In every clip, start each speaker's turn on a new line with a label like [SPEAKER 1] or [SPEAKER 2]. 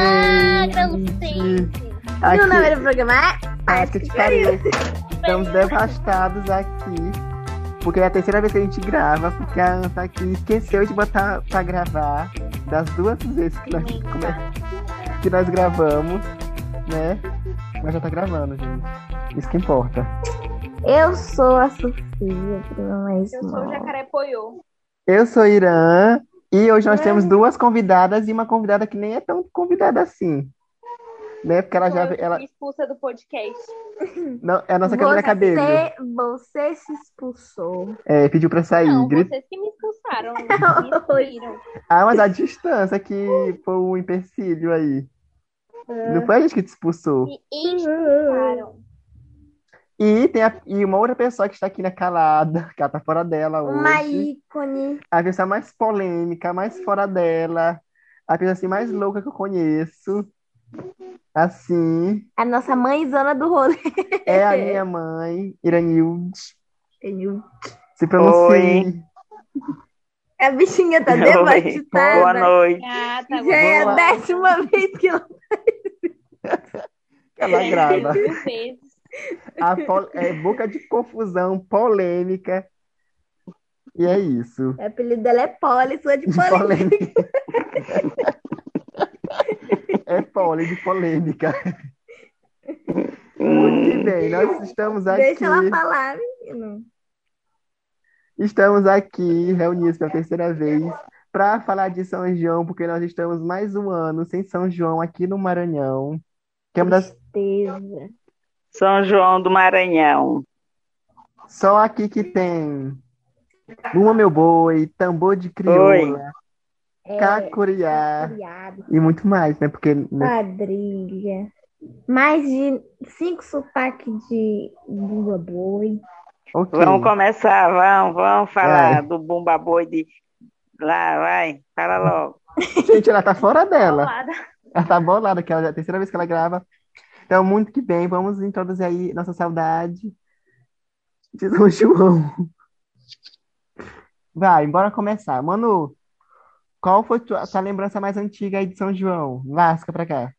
[SPEAKER 1] Ai, pelo sempre.
[SPEAKER 2] Aqui,
[SPEAKER 3] E o nome do programa é
[SPEAKER 2] ah, que pariu. Estamos devastados aqui. Porque é a terceira vez que a gente grava, porque a Ana tá aqui esqueceu de botar pra gravar das duas vezes que nós, que nós gravamos, né? Mas já tá gravando, gente. Isso que importa.
[SPEAKER 3] Eu Sou a Sofia, mas
[SPEAKER 1] Eu sou o
[SPEAKER 3] não. é
[SPEAKER 1] Jacaré Poiô.
[SPEAKER 2] Eu sou Irã e hoje nós temos duas convidadas e uma convidada que nem é tão convidada assim. Né? Porque ela já.
[SPEAKER 1] Foi
[SPEAKER 2] Ela,
[SPEAKER 1] expulsa do podcast.
[SPEAKER 2] não, é a nossa Camila Cabello.
[SPEAKER 3] Você, você se expulsou.
[SPEAKER 2] É, pediu pra sair.
[SPEAKER 1] Não,
[SPEAKER 2] grit-
[SPEAKER 1] vocês que me expulsaram. me excluíram.
[SPEAKER 2] Ah, mas a distância que foi um empecilho aí. Não foi a gente que te expulsou.
[SPEAKER 1] Me expulsaram.
[SPEAKER 2] E tem a- e uma outra pessoa que está aqui na calada, que ela tá fora dela
[SPEAKER 3] Uma
[SPEAKER 2] hoje.
[SPEAKER 3] ícone.
[SPEAKER 2] A pessoa mais polêmica, mais fora dela. A pessoa assim, mais louca que eu conheço. Assim,
[SPEAKER 3] A nossa mãezona do rolê.
[SPEAKER 2] é a minha mãe, Iranildes.
[SPEAKER 3] A
[SPEAKER 2] Se pronuncie.
[SPEAKER 3] bichinha tá
[SPEAKER 4] Oi,
[SPEAKER 3] devastada.
[SPEAKER 4] Boa noite.
[SPEAKER 1] Ah, tá
[SPEAKER 3] Já é a
[SPEAKER 2] Boa.
[SPEAKER 3] décima vez que ela
[SPEAKER 2] Ela grava.
[SPEAKER 1] Mil vezes.
[SPEAKER 2] A pol- é boca de confusão, polêmica. E é isso.
[SPEAKER 3] O apelido dela é Polly, sua de
[SPEAKER 2] De
[SPEAKER 3] Polly.
[SPEAKER 2] polêmica. é pole de polêmica. Muito bem, nós estamos aqui.
[SPEAKER 3] Deixa ela falar, menino.
[SPEAKER 2] Estamos aqui reunidos pela terceira vez para falar de São João, porque nós estamos mais um ano sem São João aqui no Maranhão. Que é uma das...
[SPEAKER 3] Tristeza.
[SPEAKER 4] São João do Maranhão.
[SPEAKER 2] Só aqui que tem Luma Meu Boi, Tambor de Crioula,
[SPEAKER 3] É,
[SPEAKER 2] Cacuriá
[SPEAKER 3] criado,
[SPEAKER 2] e muito mais, né? Porque né,
[SPEAKER 3] quadrilha. Mais de cinco sotaques de Bumba Boi.
[SPEAKER 2] ok.
[SPEAKER 4] Vamos começar, vamos, vamos falar
[SPEAKER 2] Vai.
[SPEAKER 4] do Bumba Boi de. Lá, vai, fala logo.
[SPEAKER 2] Gente, ela tá fora dela.
[SPEAKER 1] Bolada.
[SPEAKER 2] Ela tá bolada, que ela- é a terceira vez que ela grava. Então, muito que bem, vamos introduzir aí nossa saudade de São João. Vai, bora começar. Manu, qual foi tua, tua lembrança mais antiga aí de São João? Lasca pra cá.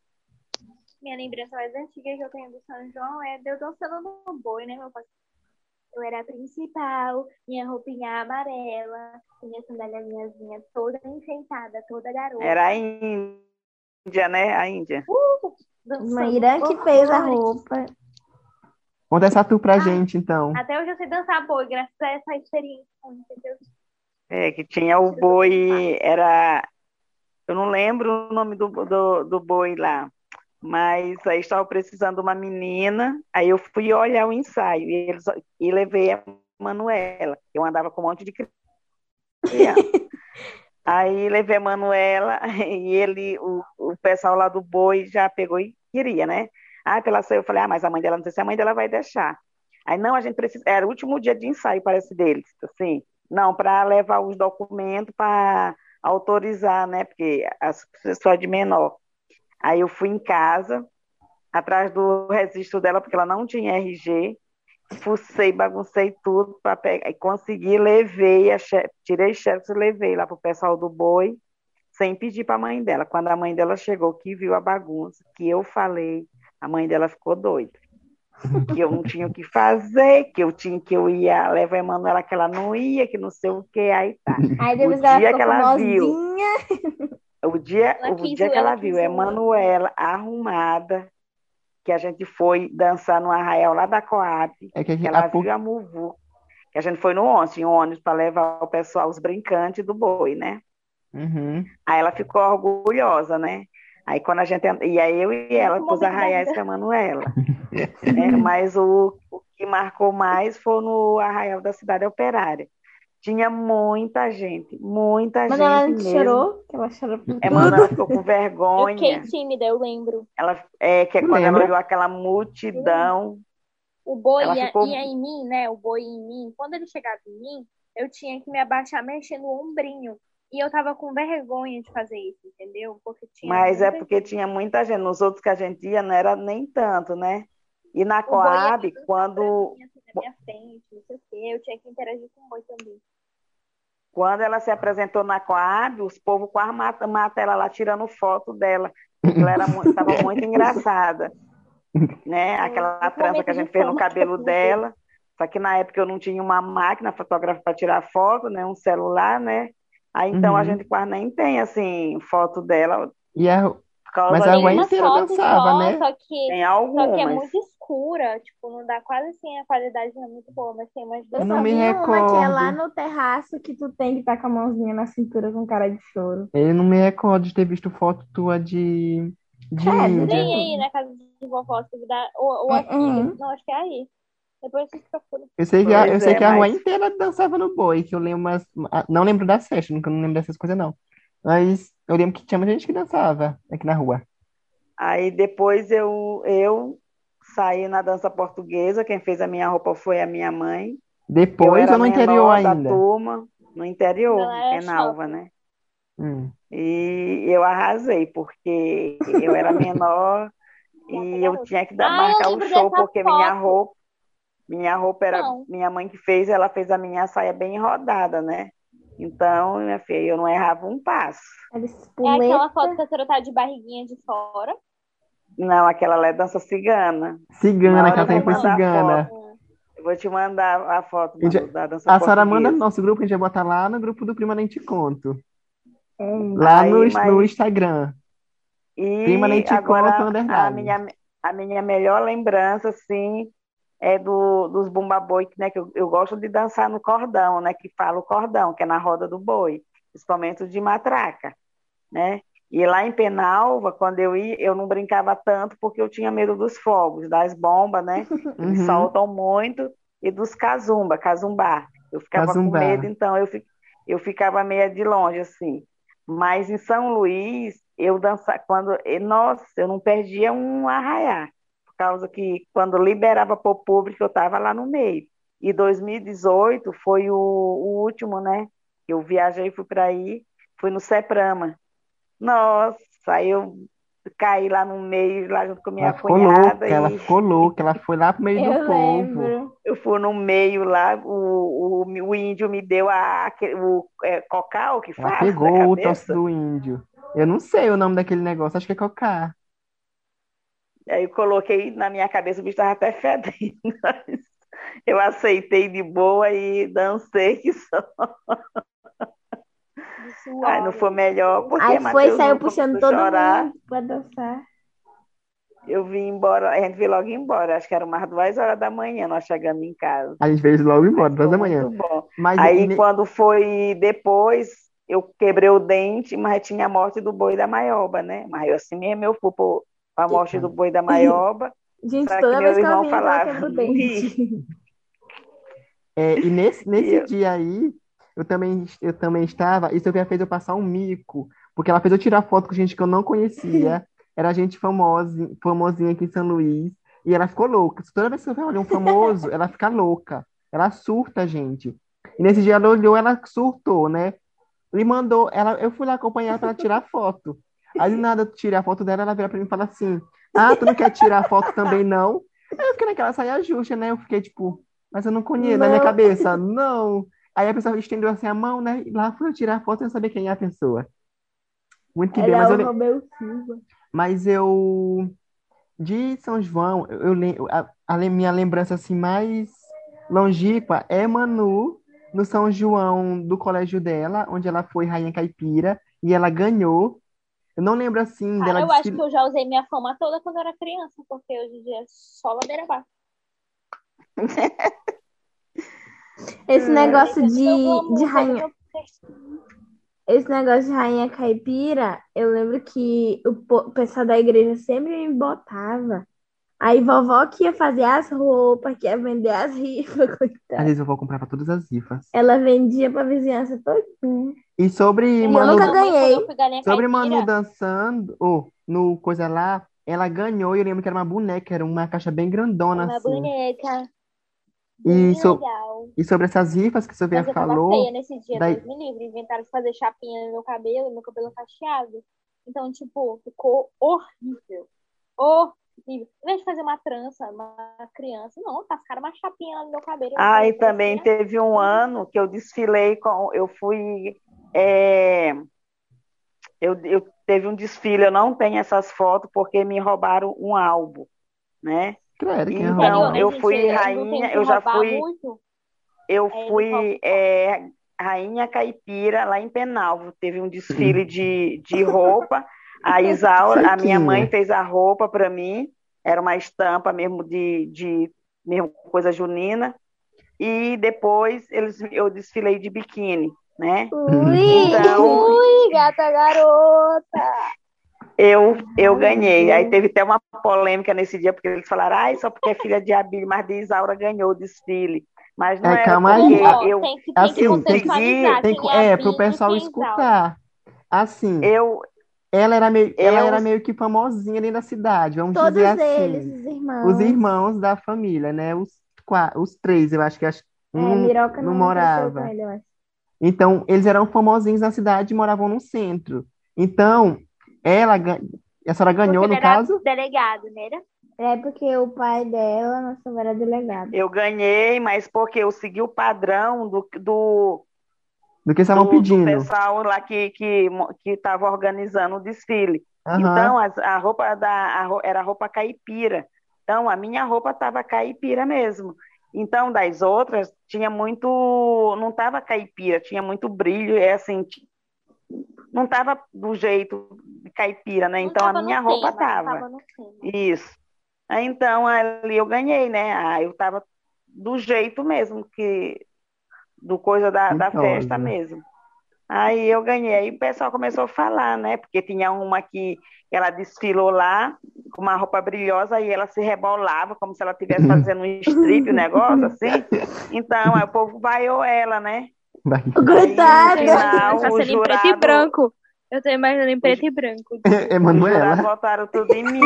[SPEAKER 1] Minha lembrança mais antiga que eu tenho do São João é de eu dançando no boi, né, meu pai? Eu era a principal, minha roupinha amarela, minha sandaliazinha toda enfeitada, toda garota.
[SPEAKER 4] Era a Índia, né? A Índia.
[SPEAKER 1] dançando.
[SPEAKER 3] Uma Irã que
[SPEAKER 1] Oh,
[SPEAKER 3] fez a
[SPEAKER 1] olha.
[SPEAKER 3] roupa.
[SPEAKER 2] Conta essa tu pra gente, então.
[SPEAKER 1] Até hoje eu sei dançar boi, graças a essa experiência, entendeu?
[SPEAKER 4] É, que tinha o boi, era. Eu não lembro o nome do, do, do boi lá. Mas aí estava precisando uma menina, aí eu fui olhar o ensaio e, eles, e levei a Manuela. Eu andava com um monte de criança. Aí levei a Manuela e ele, o, o pessoal lá do boi já pegou e queria, né? Ah, pela saiu, eu falei, ah, mas a mãe dela, não sei se a mãe dela vai deixar. Aí, não, a gente precisa, era o último dia de ensaio, parece, deles, assim, não, para levar os documentos para autorizar, né? Porque as pessoas de menor. Aí eu fui em casa, atrás do registro dela, porque ela não tinha RG, fucei, baguncei tudo para pegar, e consegui, levei, a xe- tirei xerox e levei lá pro pessoal do boi, sem pedir para a mãe dela. Quando a mãe dela chegou, que viu a bagunça, que eu falei, a mãe dela ficou doida. Que eu não tinha o que fazer, que eu tinha que eu ia levar a Emanuela, que ela não ia, que não sei o que, aí tá.
[SPEAKER 3] Aí
[SPEAKER 4] O
[SPEAKER 3] depois ela
[SPEAKER 4] dia
[SPEAKER 3] ficou
[SPEAKER 4] que ela viu.
[SPEAKER 3] famosinha.
[SPEAKER 4] O dia,
[SPEAKER 1] Ela
[SPEAKER 4] o
[SPEAKER 1] quis
[SPEAKER 4] dia
[SPEAKER 1] o-
[SPEAKER 4] que ela
[SPEAKER 1] ela quis
[SPEAKER 4] viu
[SPEAKER 1] o-
[SPEAKER 4] Emanuela arrumada, que a gente foi dançar no arraial lá da Coab, que
[SPEAKER 2] É que a,
[SPEAKER 4] ela
[SPEAKER 2] a PUC,
[SPEAKER 4] viu a Muvu, que a gente foi no ônibus, tinha um ônibus para levar o pessoal, os brincantes do boi, né?
[SPEAKER 2] Uhum.
[SPEAKER 4] Aí ela ficou orgulhosa, né? Aí quando a gente. E aí eu e ela,
[SPEAKER 1] Muito
[SPEAKER 4] pros arraiais
[SPEAKER 1] mobilizada.
[SPEAKER 4] com a Manuela. É, mas o, o que marcou mais foi no Arraial da Cidade Operária. Tinha muita gente, muita
[SPEAKER 3] Mas
[SPEAKER 4] gente
[SPEAKER 3] ela não
[SPEAKER 4] mesmo.
[SPEAKER 3] chorou, que ela chorou por
[SPEAKER 4] É,
[SPEAKER 3] tudo.
[SPEAKER 4] mano, ela ficou com
[SPEAKER 1] Eu
[SPEAKER 4] vergonha.
[SPEAKER 1] fiquei tímida, eu lembro.
[SPEAKER 4] Ela, é, que é
[SPEAKER 2] Tu
[SPEAKER 4] quando ela
[SPEAKER 2] lembra?
[SPEAKER 4] olhou aquela multidão.
[SPEAKER 1] O boi
[SPEAKER 4] Ela
[SPEAKER 1] ia,
[SPEAKER 4] ficou-
[SPEAKER 1] ia em mim, né? O boi ia em mim. Quando ele chegava em mim, eu tinha que me abaixar mexendo o ombrinho. E eu tava com vergonha de fazer isso, entendeu? Porque tinha
[SPEAKER 4] Mas é
[SPEAKER 1] muita-
[SPEAKER 4] porque tinha muita gente. Nos outros que a gente ia, não era nem tanto, né? E na
[SPEAKER 1] O boi ia
[SPEAKER 4] Coab,
[SPEAKER 1] dançar pra
[SPEAKER 4] quando,
[SPEAKER 1] mim, assim, na minha frente, não sei o quê. Eu tinha que interagir com o boi também.
[SPEAKER 4] quando ela se apresentou na Coab, os povos quase matam mata ela lá, tirando foto dela. Ela era mu- tava muito engraçada. Né?
[SPEAKER 1] Hum,
[SPEAKER 4] Aquela trança que a gente fez no cabelo dela. Só que na época eu não tinha uma máquina fotográfica para tirar foto, né? Um celular, né? Aí então
[SPEAKER 2] Uhum.
[SPEAKER 4] a gente quase nem tem assim foto dela.
[SPEAKER 2] E é, a,
[SPEAKER 4] Por causa
[SPEAKER 2] Mas a
[SPEAKER 4] disso.
[SPEAKER 1] Tem
[SPEAKER 2] mãe
[SPEAKER 1] uma
[SPEAKER 2] inteira
[SPEAKER 1] foto
[SPEAKER 2] dançava,
[SPEAKER 1] só,
[SPEAKER 2] Tá né?
[SPEAKER 1] Só que,
[SPEAKER 4] Tem
[SPEAKER 1] só que é
[SPEAKER 4] algumas.
[SPEAKER 1] muito escura, tipo, não dá quase assim, a qualidade não é muito boa, mas tem umas
[SPEAKER 3] Eu
[SPEAKER 1] duas
[SPEAKER 2] não
[SPEAKER 3] só
[SPEAKER 2] me
[SPEAKER 3] vi uma que é
[SPEAKER 2] recordo.
[SPEAKER 3] lá no terraço que tu tem que estar com a mãozinha na cintura com cara de choro.
[SPEAKER 2] eu não me recordo de ter visto foto tua de, de
[SPEAKER 3] É,
[SPEAKER 2] índia.
[SPEAKER 1] Vem aí na casa de vovó, se dá, ou, ou
[SPEAKER 2] Hum,
[SPEAKER 1] aqui,
[SPEAKER 3] Uhum.
[SPEAKER 1] não, acho que é aí. Depois vocês procuram.
[SPEAKER 2] Eu sei que a, eu
[SPEAKER 4] Pois
[SPEAKER 2] sei
[SPEAKER 4] é,
[SPEAKER 2] que a rua
[SPEAKER 4] mas-
[SPEAKER 2] inteira dançava no boi, que eu lembro, mas ah, não lembro da festa, nunca não lembro dessas coisas não. Mas eu lembro que tinha muita gente que dançava aqui na rua.
[SPEAKER 4] Aí depois eu, eu saí na dança portuguesa. Quem fez a minha roupa foi a minha mãe.
[SPEAKER 2] Depois
[SPEAKER 4] era
[SPEAKER 2] ou é no
[SPEAKER 4] menor
[SPEAKER 2] interior
[SPEAKER 4] da
[SPEAKER 2] ainda?
[SPEAKER 4] turma, no interior,
[SPEAKER 1] Ela era
[SPEAKER 4] é Nalva, né?
[SPEAKER 2] Hum.
[SPEAKER 4] E eu arrasei, porque eu era menor e eu tinha que dar-
[SPEAKER 1] é Ah, eu
[SPEAKER 4] marcar o
[SPEAKER 1] lembro
[SPEAKER 4] show,
[SPEAKER 1] dessa
[SPEAKER 4] porque minha
[SPEAKER 1] foto.
[SPEAKER 4] roupa, minha roupa era,
[SPEAKER 1] Não.
[SPEAKER 4] minha mãe que fez, ela fez a minha saia bem rodada, né? Então, minha filha, eu não errava um passo.
[SPEAKER 3] Eles
[SPEAKER 1] É aquela
[SPEAKER 3] puleta.
[SPEAKER 1] foto que a senhora tá de barriguinha de fora.
[SPEAKER 4] Não, aquela lá é dança cigana. Na
[SPEAKER 2] Cigana,
[SPEAKER 4] hora
[SPEAKER 2] que ela
[SPEAKER 4] eu
[SPEAKER 2] tem foi
[SPEAKER 4] vou mandar
[SPEAKER 2] cigana.
[SPEAKER 1] foto.
[SPEAKER 4] Eu vou te mandar a foto,
[SPEAKER 2] Gente,
[SPEAKER 4] Manu, da dança
[SPEAKER 2] A senhora manda
[SPEAKER 4] portuguesa.
[SPEAKER 2] no nosso grupo, a gente vai botar lá no grupo do Prima Nem Te Conto.
[SPEAKER 3] É.
[SPEAKER 2] Lá
[SPEAKER 4] Aí,
[SPEAKER 2] no,
[SPEAKER 4] mas-
[SPEAKER 2] no Instagram.
[SPEAKER 4] E
[SPEAKER 2] Prima nem te
[SPEAKER 4] agora
[SPEAKER 2] conta, underline.
[SPEAKER 4] a minha, a minha melhor lembrança, assim, é do, dos Bumba Boi, né? Que eu, eu gosto de dançar no cordão, né? Que fala o cordão, que é na roda do boi, principalmente o de matraca, né? E lá em Penalva, quando eu ia, eu não brincava tanto porque eu tinha medo dos fogos, das bombas, né? Eles
[SPEAKER 2] Uhum.
[SPEAKER 4] soltam muito, e dos cazumba, cazumbá. Eu ficava
[SPEAKER 2] Cazumbá.
[SPEAKER 4] com medo, então eu, fi- eu ficava meio de longe, assim. Mas em São Luís, eu dançava quando. e, Nossa, eu não perdia um arraiá. Por causa que quando liberava para o público, eu estava lá no meio. E 2018 foi o, o último, né? Eu viajei, fui para aí, fui no Seprama. Nossa, aí eu caí lá no meio, lá junto com minha
[SPEAKER 2] Ela ficou
[SPEAKER 4] cunhada.
[SPEAKER 2] louca, ela
[SPEAKER 4] e-
[SPEAKER 2] ficou louca, ela foi lá pro meio do
[SPEAKER 3] Eu
[SPEAKER 2] povo.
[SPEAKER 3] lembro.
[SPEAKER 4] eu fui no meio lá, o, o, o índio me deu a, aque- o é, cocal que
[SPEAKER 2] Ela
[SPEAKER 4] faz
[SPEAKER 2] pegou tá
[SPEAKER 4] da
[SPEAKER 2] o
[SPEAKER 4] cabeça.
[SPEAKER 2] troço do índio. Eu não sei o nome daquele negócio, acho que é cocá.
[SPEAKER 4] Aí eu coloquei na minha cabeça, o bicho estava até fedendo. Eu aceitei de boa e dancei que só.
[SPEAKER 1] De
[SPEAKER 4] Ai,
[SPEAKER 1] suor.
[SPEAKER 4] não foi melhor, porque
[SPEAKER 3] Aí foi,
[SPEAKER 4] Matheus
[SPEAKER 3] saiu
[SPEAKER 4] não
[SPEAKER 3] puxando
[SPEAKER 4] começou a
[SPEAKER 3] todo
[SPEAKER 4] chorar.
[SPEAKER 3] mundo pra dançar.
[SPEAKER 4] Eu vim embora, a gente veio logo embora, acho que eram umas duas horas da manhã, nós chegamos em casa.
[SPEAKER 2] A gente veio logo embora, duas da
[SPEAKER 4] Foi
[SPEAKER 2] manhã.
[SPEAKER 4] muito bom.
[SPEAKER 2] Mas
[SPEAKER 4] Aí
[SPEAKER 2] ne-
[SPEAKER 4] quando foi depois, eu quebrei o dente, mas tinha a morte do boi da Maioba, né? Mas eu assim mesmo eu fui pro- pra morte do boi da Maioba.
[SPEAKER 3] Gente,
[SPEAKER 4] Será
[SPEAKER 3] toda
[SPEAKER 4] que
[SPEAKER 3] vez
[SPEAKER 4] meu
[SPEAKER 3] que eu
[SPEAKER 4] irmão
[SPEAKER 3] vim, ela
[SPEAKER 4] falava?
[SPEAKER 3] quebra o
[SPEAKER 4] Ih.
[SPEAKER 3] dente.
[SPEAKER 2] É, e nesse, nesse
[SPEAKER 4] eu-
[SPEAKER 2] dia aí, eu também, eu também estava, e Silvia fez eu passar um mico, porque ela fez eu tirar foto com gente que eu não conhecia, era gente famosa, famosinha aqui em São Luís, e ela ficou louca. Toda vez que Silvia olha um famoso, ela fica louca, ela surta, gente. E nesse dia ela olhou, ela surtou, né? E mandou, ela, eu fui lá acompanhar para tirar foto. Aí do nada eu tirei a foto dela, ela vira pra mim e fala assim: Ah, tu não quer tirar foto também, não? Aí eu fiquei naquela saia justa, né? Eu fiquei tipo, mas eu não conheço, na minha
[SPEAKER 3] Não.
[SPEAKER 2] cabeça, não. Aí a pessoa estendeu assim a mão, né? E lá fui eu tirar a foto e eu sabia quem é a pessoa. Muito que bem,
[SPEAKER 3] Era
[SPEAKER 2] mas
[SPEAKER 3] é o
[SPEAKER 2] eu, le-
[SPEAKER 3] Romeu Silva.
[SPEAKER 2] mas eu. De São João, eu, eu lem- a, a lem- minha lembrança assim mais longínqua é Manu no São João do colégio dela, onde ela foi rainha caipira e ela ganhou. Eu não lembro assim
[SPEAKER 1] Cara,
[SPEAKER 2] dela
[SPEAKER 1] Ah, eu acho
[SPEAKER 2] desfil-
[SPEAKER 1] que eu já usei minha fama toda quando eu era criança, porque hoje em dia é só ladeira abaixo.
[SPEAKER 3] Esse negócio
[SPEAKER 1] é
[SPEAKER 3] de, de rainha.
[SPEAKER 1] rainha.
[SPEAKER 3] Esse negócio de rainha caipira, eu lembro que o po- o pessoal da igreja sempre me botava. Aí vovó que ia fazer as roupas, que ia vender as rifas,
[SPEAKER 2] Às
[SPEAKER 3] coitada.
[SPEAKER 2] vezes eu vou comprar pra todas as rifas.
[SPEAKER 3] Ela vendia pra vizinhança todinha.
[SPEAKER 2] E sobre
[SPEAKER 3] Eu
[SPEAKER 1] tá
[SPEAKER 2] Manu,
[SPEAKER 3] nunca ganhei.
[SPEAKER 2] sobre Manu dançando, ou no coisa lá, ela ganhou e eu lembro que era uma boneca, era uma caixa bem grandona
[SPEAKER 1] Uma
[SPEAKER 2] assim.
[SPEAKER 1] boneca.
[SPEAKER 2] E,
[SPEAKER 1] Bem
[SPEAKER 2] so-
[SPEAKER 1] legal.
[SPEAKER 2] e sobre essas rifas que a Sofia
[SPEAKER 1] Mas eu tava
[SPEAKER 2] falou,
[SPEAKER 1] feia nesse dia,
[SPEAKER 2] daí-
[SPEAKER 1] Deus me livre. Inventaram de fazer chapinha no meu cabelo, meu cabelo cacheado. Então, tipo, ficou horrível. Horrível. Em vez de fazer uma trança, uma criança, não, tascaram uma chapinha lá no meu cabelo.
[SPEAKER 4] Ah, e
[SPEAKER 1] Eu falei,
[SPEAKER 4] também
[SPEAKER 1] "Criança,
[SPEAKER 4] teve um ano que eu desfilei com, eu fui, é, Eu, eu teve um desfile, eu não tenho essas fotos porque me roubaram um álbum, né?
[SPEAKER 2] Claro que
[SPEAKER 4] Então,
[SPEAKER 2] rola.
[SPEAKER 1] Sério,
[SPEAKER 4] eu
[SPEAKER 1] gente,
[SPEAKER 4] fui
[SPEAKER 1] tem que
[SPEAKER 4] rainha, eu já
[SPEAKER 1] roubar
[SPEAKER 4] fui-
[SPEAKER 1] muito?
[SPEAKER 4] Eu
[SPEAKER 1] Aí ele
[SPEAKER 4] fui
[SPEAKER 1] falou. então."
[SPEAKER 4] é, rainha caipira lá em Penalvo. Teve um
[SPEAKER 2] Hum.
[SPEAKER 4] desfile de, de roupa. A Isaura, a minha
[SPEAKER 2] Saquinho.
[SPEAKER 4] mãe fez a roupa para mim. Era uma estampa mesmo de, de mesmo coisa junina. E depois eles, eu desfilei de biquíni, né?
[SPEAKER 3] Ui,
[SPEAKER 4] Então-
[SPEAKER 3] ui, gata garota.
[SPEAKER 4] Eu, eu ganhei. Aí teve até uma polêmica nesse dia, porque eles falaram, ai, só porque é filha de Abílio, mas de Isaura ganhou o desfile. Mas não
[SPEAKER 2] É,
[SPEAKER 4] era
[SPEAKER 2] calma aí.
[SPEAKER 4] porque
[SPEAKER 1] Ó,
[SPEAKER 4] eu,
[SPEAKER 1] tem que, tem
[SPEAKER 2] assim,
[SPEAKER 1] que
[SPEAKER 2] tem que-
[SPEAKER 1] contextualizar
[SPEAKER 2] Tem
[SPEAKER 1] quem
[SPEAKER 2] co-
[SPEAKER 1] é
[SPEAKER 2] é,
[SPEAKER 1] a Bia
[SPEAKER 2] pro
[SPEAKER 1] e
[SPEAKER 2] pessoal
[SPEAKER 1] quem é a Isaura.
[SPEAKER 2] escutar. Assim,
[SPEAKER 4] eu,
[SPEAKER 2] ela era meio, ela
[SPEAKER 4] eu-
[SPEAKER 2] era meio que famosinha ali na cidade, vamos
[SPEAKER 3] Todos
[SPEAKER 2] dizer assim.
[SPEAKER 3] eles, os irmãos.
[SPEAKER 2] Os irmãos da família, né? Os, qua- os três, eu acho que acho,
[SPEAKER 3] É,
[SPEAKER 2] um-
[SPEAKER 3] Miroca
[SPEAKER 2] não
[SPEAKER 3] não,
[SPEAKER 2] morava.
[SPEAKER 3] cresceu com ele, eu acho.
[SPEAKER 2] Então, eles eram famosinhos na cidade e moravam no centro. Então, ela, gan- a senhora
[SPEAKER 4] é
[SPEAKER 2] ganhou,
[SPEAKER 1] Porque
[SPEAKER 2] no
[SPEAKER 1] ele era
[SPEAKER 2] caso?
[SPEAKER 1] delegado, né? Era?
[SPEAKER 3] É porque o pai dela, nossa, avó era delegado.
[SPEAKER 4] Eu ganhei, mas porque eu segui o padrão do, do,
[SPEAKER 2] Do que estavam
[SPEAKER 4] do- do
[SPEAKER 2] pedindo.
[SPEAKER 4] pessoal lá que que que estava organizando o desfile.
[SPEAKER 2] Aham.
[SPEAKER 4] Então as- a roupa da a ro- era roupa caipira. Então a minha roupa estava caipira mesmo. Então das outras tinha muito, não estava caipira, tinha muito brilho, é assim, ti- não estava do jeito caipira, né?
[SPEAKER 1] Não
[SPEAKER 4] Então a
[SPEAKER 1] tava no
[SPEAKER 4] minha roupa
[SPEAKER 1] tema, não
[SPEAKER 4] estava.
[SPEAKER 1] tava no tema.
[SPEAKER 4] Isso. Aí, Então, ali eu ganhei, né? Ah, eu tava do jeito mesmo que do coisa da, da
[SPEAKER 2] Então,
[SPEAKER 4] festa
[SPEAKER 2] né?
[SPEAKER 4] mesmo. Aí eu ganhei. Aí o pessoal começou a falar, né? Porque tinha uma que ela desfilou lá com uma roupa brilhosa e ela se rebolava como se ela estivesse fazendo um strip, um negócio assim. Então, aí o povo vaiou ela, né?
[SPEAKER 2] Vai.
[SPEAKER 3] Coitada.
[SPEAKER 4] Não,
[SPEAKER 5] tá
[SPEAKER 4] o
[SPEAKER 5] sendo em preto e
[SPEAKER 4] jurado-
[SPEAKER 5] branco. Eu tô imaginando em preto e branco.
[SPEAKER 4] Os jurados
[SPEAKER 2] Emanuela.
[SPEAKER 4] votaram tudo em mim.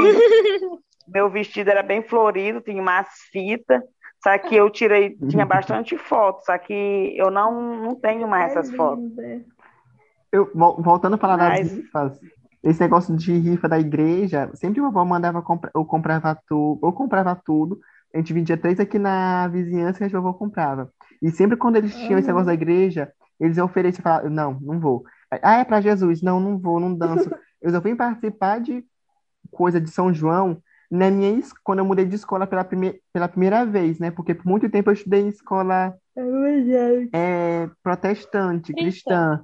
[SPEAKER 4] Meu vestido era bem florido, tinha umas fitas. Só que eu tirei, tinha bastante foto, só que eu não, não tenho mais essas fotos.
[SPEAKER 2] Eu, vol- voltando a falar das
[SPEAKER 4] Mas-
[SPEAKER 2] rifas, esse negócio de rifa da igreja, sempre a vovó mandava comprar, eu comprava tudo, eu comprava tudo. A gente vendia três aqui na vizinhança que a vovó comprava. E sempre quando eles tinham esse negócio da igreja, eles ofereciam, falavam, não, não vou. Ah, é pra Jesus. Não, não vou, não danço. Eu só vim participar de coisa de São João na minha es- quando eu mudei de escola pela, prime... pela primeira vez, né? Porque por muito tempo eu estudei em escola é, protestante, cristã.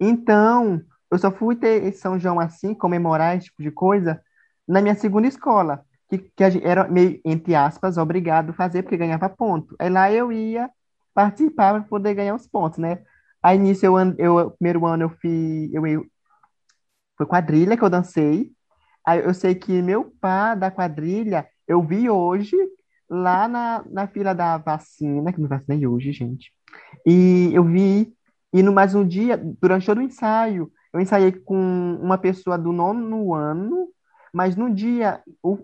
[SPEAKER 2] Então, eu só fui ter esse São João assim, comemorar esse tipo de coisa, na minha segunda escola, que, que a gente era meio, entre aspas, obrigado a fazer, porque ganhava ponto. Aí lá eu ia participar para poder ganhar os pontos, né? Aí nisso, eu, an- eu, primeiro ano eu fiz, eu, eu, foi quadrilha que eu dancei. Aí eu sei que meu pá da quadrilha, eu vi hoje, lá na, na fila da vacina, que me vacinei hoje, gente. E eu vi, e no mais um dia, durante todo o ensaio, eu ensaiei com uma pessoa do nono ano, mas no dia, o,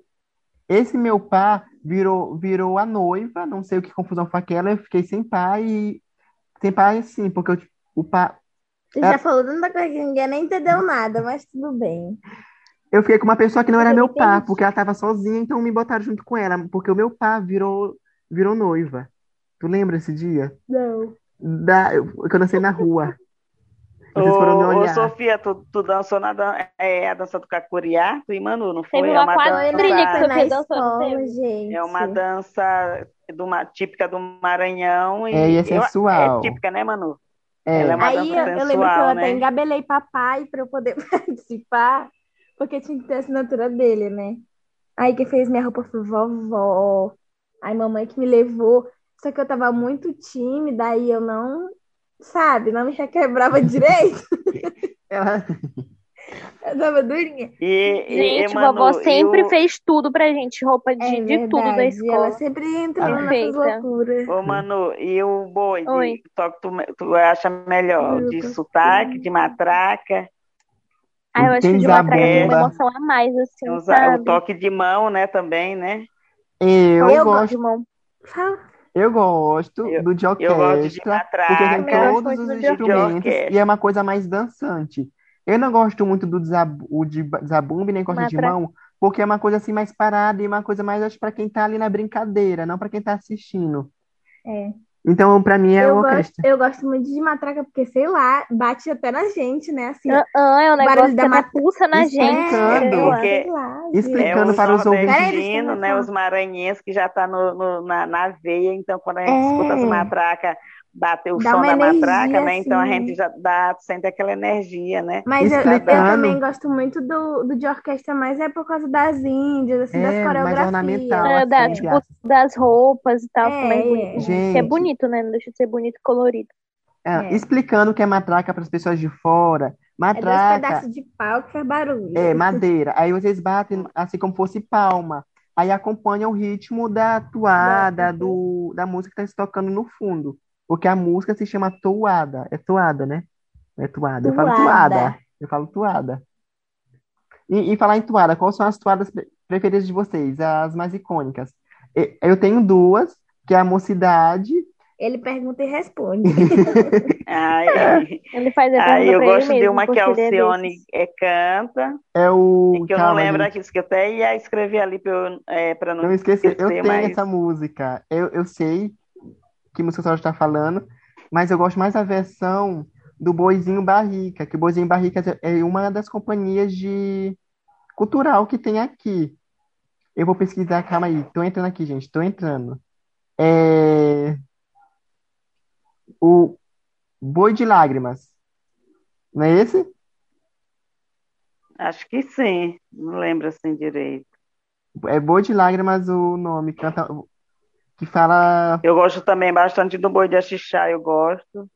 [SPEAKER 2] esse meu par virou, virou a noiva, não sei o que confusão foi aquela, eu fiquei sem pai, e, sem pai assim, porque eu, o par,
[SPEAKER 3] Tu já falou tanta coisa que ninguém nem entendeu nada, mas tudo bem.
[SPEAKER 2] eu fiquei com uma pessoa que não era
[SPEAKER 3] Eu
[SPEAKER 2] meu par,
[SPEAKER 3] entendi.
[SPEAKER 2] porque ela estava sozinha, então me botaram junto com ela, porque o meu par virou, virou noiva. Tu lembra esse dia?
[SPEAKER 3] Não.
[SPEAKER 2] Da, eu, que eu dancei na rua.
[SPEAKER 4] Ô,
[SPEAKER 2] Vocês foram me
[SPEAKER 4] ô,
[SPEAKER 2] olhar.
[SPEAKER 4] Sofia, tu, tu dançou na dan- é, a dança do Cacuriá, tu e Manu, não foi?
[SPEAKER 1] Teve
[SPEAKER 4] É
[SPEAKER 1] uma
[SPEAKER 4] uma
[SPEAKER 1] quadrilha que
[SPEAKER 4] dança,
[SPEAKER 1] você
[SPEAKER 3] na
[SPEAKER 1] fez dançando,
[SPEAKER 3] escola,
[SPEAKER 1] teve?
[SPEAKER 3] gente.
[SPEAKER 4] é uma dança do Ma- típica do Maranhão e
[SPEAKER 2] É, e é
[SPEAKER 4] eu-
[SPEAKER 2] sensual.
[SPEAKER 4] é típica, né, Manu?
[SPEAKER 2] É.
[SPEAKER 4] Ela é uma
[SPEAKER 3] Aí
[SPEAKER 4] dança
[SPEAKER 3] eu, eu lembro que eu
[SPEAKER 4] sensual,
[SPEAKER 3] até
[SPEAKER 4] né?
[SPEAKER 3] engabelei papai pra eu poder participar, porque tinha que ter a assinatura dele, né? Aí quem fez minha roupa foi vovó. Aí mamãe que me levou. Só que eu tava muito tímida, aí eu não, sabe, não me requebrava direito.
[SPEAKER 2] Ela,
[SPEAKER 3] Eu tava durinha.
[SPEAKER 4] E, e,
[SPEAKER 5] Gente,
[SPEAKER 4] e, Manu,
[SPEAKER 5] vovó
[SPEAKER 4] e
[SPEAKER 5] sempre
[SPEAKER 4] o-
[SPEAKER 5] fez tudo pra gente, roupa de,
[SPEAKER 3] É
[SPEAKER 5] de tudo da
[SPEAKER 3] verdade, Ela
[SPEAKER 5] escola.
[SPEAKER 3] sempre entrou nessas
[SPEAKER 5] Perfeita.
[SPEAKER 3] loucuras.
[SPEAKER 4] Ô, Manu, e o boi de
[SPEAKER 5] Oi.
[SPEAKER 4] só que tu, tu acha melhor? De
[SPEAKER 3] Lucas.
[SPEAKER 4] sotaque, de matraca,
[SPEAKER 5] Ah, eu acho que de
[SPEAKER 2] Entenda a
[SPEAKER 5] matraca tem uma
[SPEAKER 2] bomba.
[SPEAKER 5] emoção a mais, assim,
[SPEAKER 4] tem os-
[SPEAKER 5] sabe?
[SPEAKER 4] o toque de mão, né, também, né?
[SPEAKER 2] Eu,
[SPEAKER 5] Eu
[SPEAKER 2] gosto,
[SPEAKER 5] gosto, irmão.
[SPEAKER 3] Fala.
[SPEAKER 2] eu gosto
[SPEAKER 4] Eu-
[SPEAKER 2] do de
[SPEAKER 4] Eu gosto de Ah,
[SPEAKER 2] orquestra, porque tá
[SPEAKER 4] matraca. é
[SPEAKER 2] tem
[SPEAKER 3] Também gosto
[SPEAKER 2] todos
[SPEAKER 3] muito
[SPEAKER 2] os
[SPEAKER 3] do de
[SPEAKER 2] instrumentos
[SPEAKER 4] orquestra.
[SPEAKER 2] e é uma coisa mais dançante. Eu não gosto muito do desab- o de ba- desabumbe nem corte de
[SPEAKER 5] Matra-
[SPEAKER 2] mão, porque é uma coisa assim mais parada e uma coisa mais acho para quem tá ali na brincadeira, não para quem tá assistindo.
[SPEAKER 3] É.
[SPEAKER 2] Então, pra mim, é
[SPEAKER 3] eu, gosto,
[SPEAKER 2] orquestra.
[SPEAKER 3] eu gosto muito de matraca, porque, sei lá, bate até na gente, né? Assim,
[SPEAKER 5] Ah, ah, é um
[SPEAKER 3] Barulho
[SPEAKER 5] negócio
[SPEAKER 3] da
[SPEAKER 5] que
[SPEAKER 3] mata-
[SPEAKER 5] pulsa na gente. É,
[SPEAKER 2] espancando.
[SPEAKER 5] sei lá.
[SPEAKER 4] Porque-
[SPEAKER 3] sei lá, gente.
[SPEAKER 2] Explicando
[SPEAKER 4] é,
[SPEAKER 2] para os ouvintes.
[SPEAKER 4] nordestinos, né, os maranhenses que já tá no, no- na, na veia, então quando a gente
[SPEAKER 3] É.
[SPEAKER 4] escuta as matracas, bater o
[SPEAKER 3] Dá
[SPEAKER 4] som
[SPEAKER 3] uma
[SPEAKER 4] da
[SPEAKER 3] energia,
[SPEAKER 4] matraca, né, então a
[SPEAKER 3] assim.
[SPEAKER 4] gente já dá, sente aquela energia, né?
[SPEAKER 3] Mas eu, eu
[SPEAKER 2] Explicando.
[SPEAKER 3] também gosto muito do, do de orquestra, mas é por causa das índias, assim, das
[SPEAKER 2] É, mais
[SPEAKER 3] coreografias.
[SPEAKER 2] ornamental.
[SPEAKER 5] Ah, da,
[SPEAKER 2] assim,
[SPEAKER 5] tipo,
[SPEAKER 2] gato.
[SPEAKER 5] das roupas e tal.
[SPEAKER 3] É,
[SPEAKER 5] também
[SPEAKER 3] é.
[SPEAKER 5] bonito. Que é
[SPEAKER 2] Gente.
[SPEAKER 5] bonito, né? Não deixa de ser bonito e colorido.
[SPEAKER 2] É,
[SPEAKER 3] É.
[SPEAKER 2] Explicando o que é matraca para as pessoas de fora.
[SPEAKER 3] É dois
[SPEAKER 2] Matraca
[SPEAKER 3] pedaços de pau que faz barulho.
[SPEAKER 2] é madeira. Aí vocês batem assim como fosse palma. Aí acompanha o ritmo da toada, do, da música que está se tocando no fundo. Porque a música se chama toada. É toada, né? É toada. Eu falo
[SPEAKER 3] Toada.
[SPEAKER 2] toada. Eu falo toada. E, e falar em toada, quais são as toadas pre- preferidas de vocês? As mais icônicas? E- Eu tenho duas, que é a Mocidade.
[SPEAKER 3] Ele pergunta e responde.
[SPEAKER 4] Ai,
[SPEAKER 5] Ele faz a pergunta
[SPEAKER 4] ai, Ah, eu
[SPEAKER 5] pra ele
[SPEAKER 4] gosto de
[SPEAKER 5] mesmo,
[SPEAKER 4] uma que
[SPEAKER 5] porque
[SPEAKER 4] a
[SPEAKER 5] ele é
[SPEAKER 4] Alcione
[SPEAKER 5] desses.
[SPEAKER 4] é, canta,
[SPEAKER 2] É o.
[SPEAKER 4] que eu não
[SPEAKER 2] Calma,
[SPEAKER 4] lembro
[SPEAKER 2] gente.
[SPEAKER 4] aqui, que eu até ia escrever ali para eu, é, pra não
[SPEAKER 2] Não esqueci, eu
[SPEAKER 4] esquecer,
[SPEAKER 2] tenho
[SPEAKER 4] mas-
[SPEAKER 2] essa música. Eu, eu sei que música a senhora está falando, mas eu gosto mais da versão do Boizinho Barrica, que o Boizinho Barrica é uma das companhias de cultural que tem aqui. Eu vou pesquisar, calma aí. Tô entrando aqui, gente, tô entrando. É... O Boi de Lágrimas. Não é esse?
[SPEAKER 4] Acho que sim, não lembro assim direito.
[SPEAKER 2] É Boi de Lágrimas o nome. Canta... Que fala
[SPEAKER 4] Eu gosto também bastante do boi de axixá, eu gosto.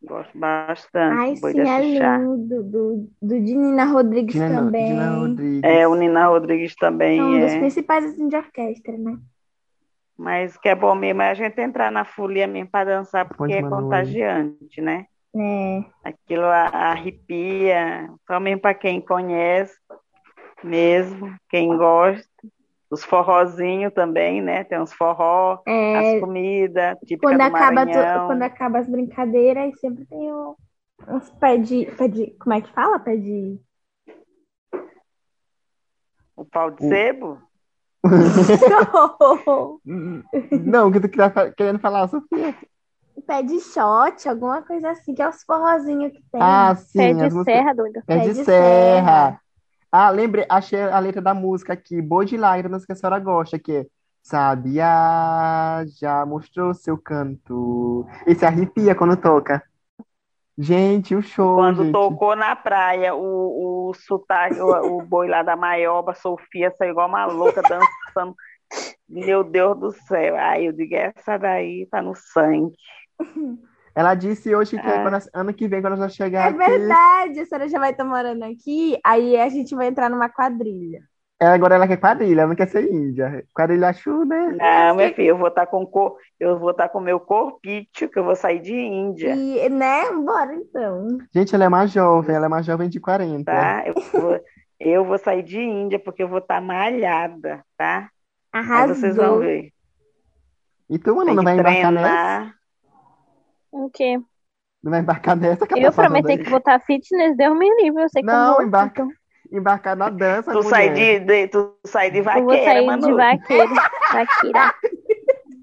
[SPEAKER 4] Gosto bastante
[SPEAKER 3] Ai,
[SPEAKER 4] do boi
[SPEAKER 3] sim,
[SPEAKER 4] de
[SPEAKER 3] é
[SPEAKER 4] axixá.
[SPEAKER 3] lindo. Do, do de Nina Rodrigues
[SPEAKER 2] Dina Dina
[SPEAKER 3] também.
[SPEAKER 2] Rodrigues.
[SPEAKER 4] É, o Nina Rodrigues também
[SPEAKER 3] É um dos
[SPEAKER 4] é.
[SPEAKER 3] principais assim, de orquestra, né?
[SPEAKER 4] Mas o que é bom mesmo é a gente entrar na folia mesmo para dançar, porque
[SPEAKER 2] Pode
[SPEAKER 4] é
[SPEAKER 2] mandar um
[SPEAKER 4] contagiante, né?
[SPEAKER 3] É.
[SPEAKER 4] Aquilo a- arrepia, só mesmo para quem conhece mesmo, quem gosta. Os forrozinhos também, né? Tem uns forró,
[SPEAKER 3] É,
[SPEAKER 4] as comidas, típica
[SPEAKER 3] quando
[SPEAKER 4] do
[SPEAKER 3] acaba, tu-
[SPEAKER 4] Maranhão.
[SPEAKER 3] quando acaba as brincadeiras, sempre tem um- uns pé de, pé de. Como é que fala? Pé de.
[SPEAKER 4] O pau de
[SPEAKER 2] O-
[SPEAKER 4] sebo?
[SPEAKER 2] Não, o que tu tá fa- querendo falar, Sofia?
[SPEAKER 3] pé de shot, alguma coisa assim, que é os forrozinhos que tem.
[SPEAKER 2] Ah, sim,
[SPEAKER 5] Pé
[SPEAKER 2] as
[SPEAKER 5] de
[SPEAKER 2] músicas.
[SPEAKER 5] serra, doida.
[SPEAKER 2] Pé de serra. Ah, lembrei, achei a letra da música aqui, Boi de Lágrimas, que a senhora gosta, que é Sabiá já mostrou seu canto. E se arrepia quando toca. Gente, o show,
[SPEAKER 4] Quando
[SPEAKER 2] gente.
[SPEAKER 4] tocou na praia, o, o sotaque, o, o boi lá da Maioba, Sofia, saiu igual uma louca dançando. Meu Deus do céu. Aí eu digo, essa daí tá no sangue.
[SPEAKER 2] Ela disse hoje que
[SPEAKER 4] É.
[SPEAKER 2] quando a- ano que vem, quando ela chegar
[SPEAKER 3] É
[SPEAKER 2] aqui,
[SPEAKER 3] verdade, a senhora já vai estar morando aqui, aí a gente vai entrar numa quadrilha.
[SPEAKER 2] ela- agora ela quer quadrilha, ela não quer ser índia. Quadrilha chu, né?
[SPEAKER 4] Não, meu filho, eu vou estar com cor, eu vou estar com meu corpite, que eu vou sair de Índia,
[SPEAKER 3] E, né? Bora então.
[SPEAKER 2] Gente, ela é uma jovem, ela é uma jovem de 40.
[SPEAKER 4] tá? Eu vou, eu vou sair de Índia, porque eu vou estar malhada, tá? Aí vocês vão
[SPEAKER 3] Arrasou.
[SPEAKER 4] ver.
[SPEAKER 2] E tu, mano,
[SPEAKER 4] Tem
[SPEAKER 2] não vai
[SPEAKER 4] que
[SPEAKER 2] embarcar nessa?
[SPEAKER 4] treinar.
[SPEAKER 5] O Um quê?
[SPEAKER 2] Não vai embarcar nessa que ela
[SPEAKER 5] Eu
[SPEAKER 2] tá falando
[SPEAKER 5] prometi
[SPEAKER 2] aí.
[SPEAKER 5] que então. botar fitness, deu me livre, eu sei que eu
[SPEAKER 2] Não,
[SPEAKER 5] vou.
[SPEAKER 2] embarca. Embarcar na dança,
[SPEAKER 4] Tu
[SPEAKER 2] mulher.
[SPEAKER 4] sai de, de- tu sai de
[SPEAKER 5] Eu vou
[SPEAKER 4] vaqueira,
[SPEAKER 5] sair de
[SPEAKER 4] mano.
[SPEAKER 5] vaqueira. Vaqueira.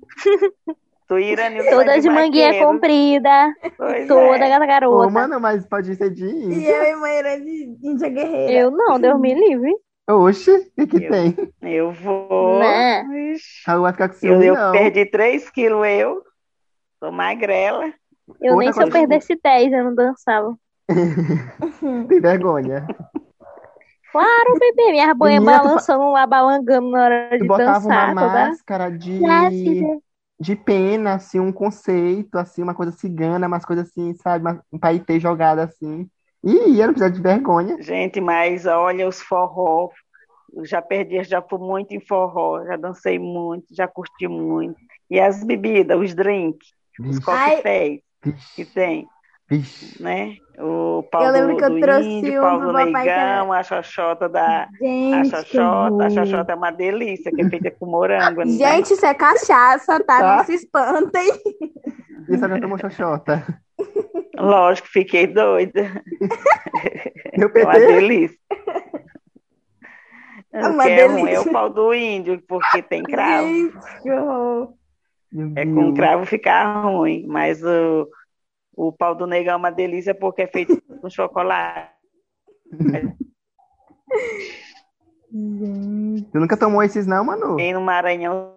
[SPEAKER 4] Tu Irani,
[SPEAKER 5] Toda
[SPEAKER 4] sai
[SPEAKER 5] de manguinha
[SPEAKER 4] Tá vaqueiro.
[SPEAKER 5] comprida.
[SPEAKER 4] Pois
[SPEAKER 5] Toda
[SPEAKER 4] é.
[SPEAKER 5] gata
[SPEAKER 2] Ô,
[SPEAKER 5] garota.
[SPEAKER 2] mano, mas pode ser de
[SPEAKER 3] E
[SPEAKER 2] índia.
[SPEAKER 3] eu e mãe era de Índia Guerreira.
[SPEAKER 5] Eu não, deu me livre.
[SPEAKER 2] Oxe, o que que
[SPEAKER 4] Eu-
[SPEAKER 2] tem?
[SPEAKER 4] Eu vou.
[SPEAKER 5] Né?
[SPEAKER 4] Ixi.
[SPEAKER 2] Ela vai ficar com
[SPEAKER 4] Eu,
[SPEAKER 2] ciúme,
[SPEAKER 4] eu
[SPEAKER 2] não.
[SPEAKER 4] perdi 3 quilos, eu. Sou magrela.
[SPEAKER 5] Eu
[SPEAKER 2] Outra
[SPEAKER 5] nem se eu
[SPEAKER 2] coisa.
[SPEAKER 5] perdesse 10, eu não dançava.
[SPEAKER 2] Tem vergonha.
[SPEAKER 5] Claro, bebê, minha banha
[SPEAKER 2] Menina, tu fa-
[SPEAKER 5] balançando lá, balangando na hora
[SPEAKER 2] Tu
[SPEAKER 5] de
[SPEAKER 2] botava uma
[SPEAKER 5] dançar, toda.
[SPEAKER 2] máscara de...
[SPEAKER 5] Plástica.
[SPEAKER 2] de pena, assim, um conceito, assim, uma coisa cigana, umas coisas assim, sabe? Uma- Um paetê jogado assim. Ih, eu não precisa de vergonha.
[SPEAKER 4] Gente, mas olha os forró. Eu já perdi, já fui muito em forró, já dancei muito, já curti muito. E as bebidas, os drinks, os
[SPEAKER 2] Vixe,
[SPEAKER 4] coquetéis que
[SPEAKER 2] vixe,
[SPEAKER 4] tem,
[SPEAKER 2] vixe.
[SPEAKER 4] né? O pau
[SPEAKER 3] Eu lembro
[SPEAKER 4] do,
[SPEAKER 3] que eu
[SPEAKER 4] do
[SPEAKER 3] trouxe
[SPEAKER 4] índio,
[SPEAKER 3] um
[SPEAKER 4] pau
[SPEAKER 3] pro
[SPEAKER 4] do
[SPEAKER 3] papai que era-
[SPEAKER 4] leigão, a xoxota da a
[SPEAKER 3] Gente, que
[SPEAKER 4] xoxota, a
[SPEAKER 3] horror.
[SPEAKER 4] xoxota é uma delícia, que é feita com morango, né?
[SPEAKER 3] Gente, isso é cachaça, tá?
[SPEAKER 2] Tá.
[SPEAKER 3] Não se espantem.
[SPEAKER 2] Isso já tomou xoxota.
[SPEAKER 4] Lógico, fiquei doida.
[SPEAKER 2] Meu
[SPEAKER 4] É uma
[SPEAKER 2] PT?
[SPEAKER 4] delícia. um,
[SPEAKER 3] É uma
[SPEAKER 4] O que é ruim
[SPEAKER 3] delícia.
[SPEAKER 4] é o pau do índio, porque tem cravo.
[SPEAKER 3] Gente, que horror.
[SPEAKER 2] Meu
[SPEAKER 4] É
[SPEAKER 2] Deus.
[SPEAKER 4] com cravo ficar ruim, mas o, o pau do negão é uma delícia porque é feito com chocolate.
[SPEAKER 2] Tu nunca tomou esses não, Manu?
[SPEAKER 4] Quem no Maranhão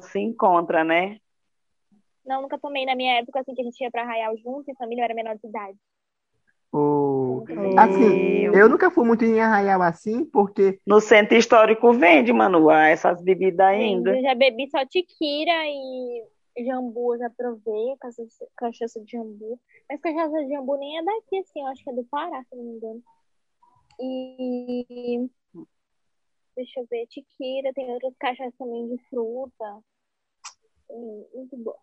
[SPEAKER 4] se encontra, né?
[SPEAKER 1] Não, nunca tomei. Na minha época, assim, que a gente ia pra Arraial junto, e família eu era menor de idade.
[SPEAKER 2] Ou- Assim, eu nunca fui muito em Arraial assim, porque
[SPEAKER 4] No centro histórico vende, Manu, ah, essas bebidas ainda.
[SPEAKER 1] Eu já bebi só tiquira e jambu, eu já provei cachaça- cachaça de jambu. Mas cachaça de jambu nem é daqui, assim, eu acho que é do Pará, se não me engano. E. Deixa eu ver, tiquira, tem outras cachaças também de fruta. Hum, Muito bom.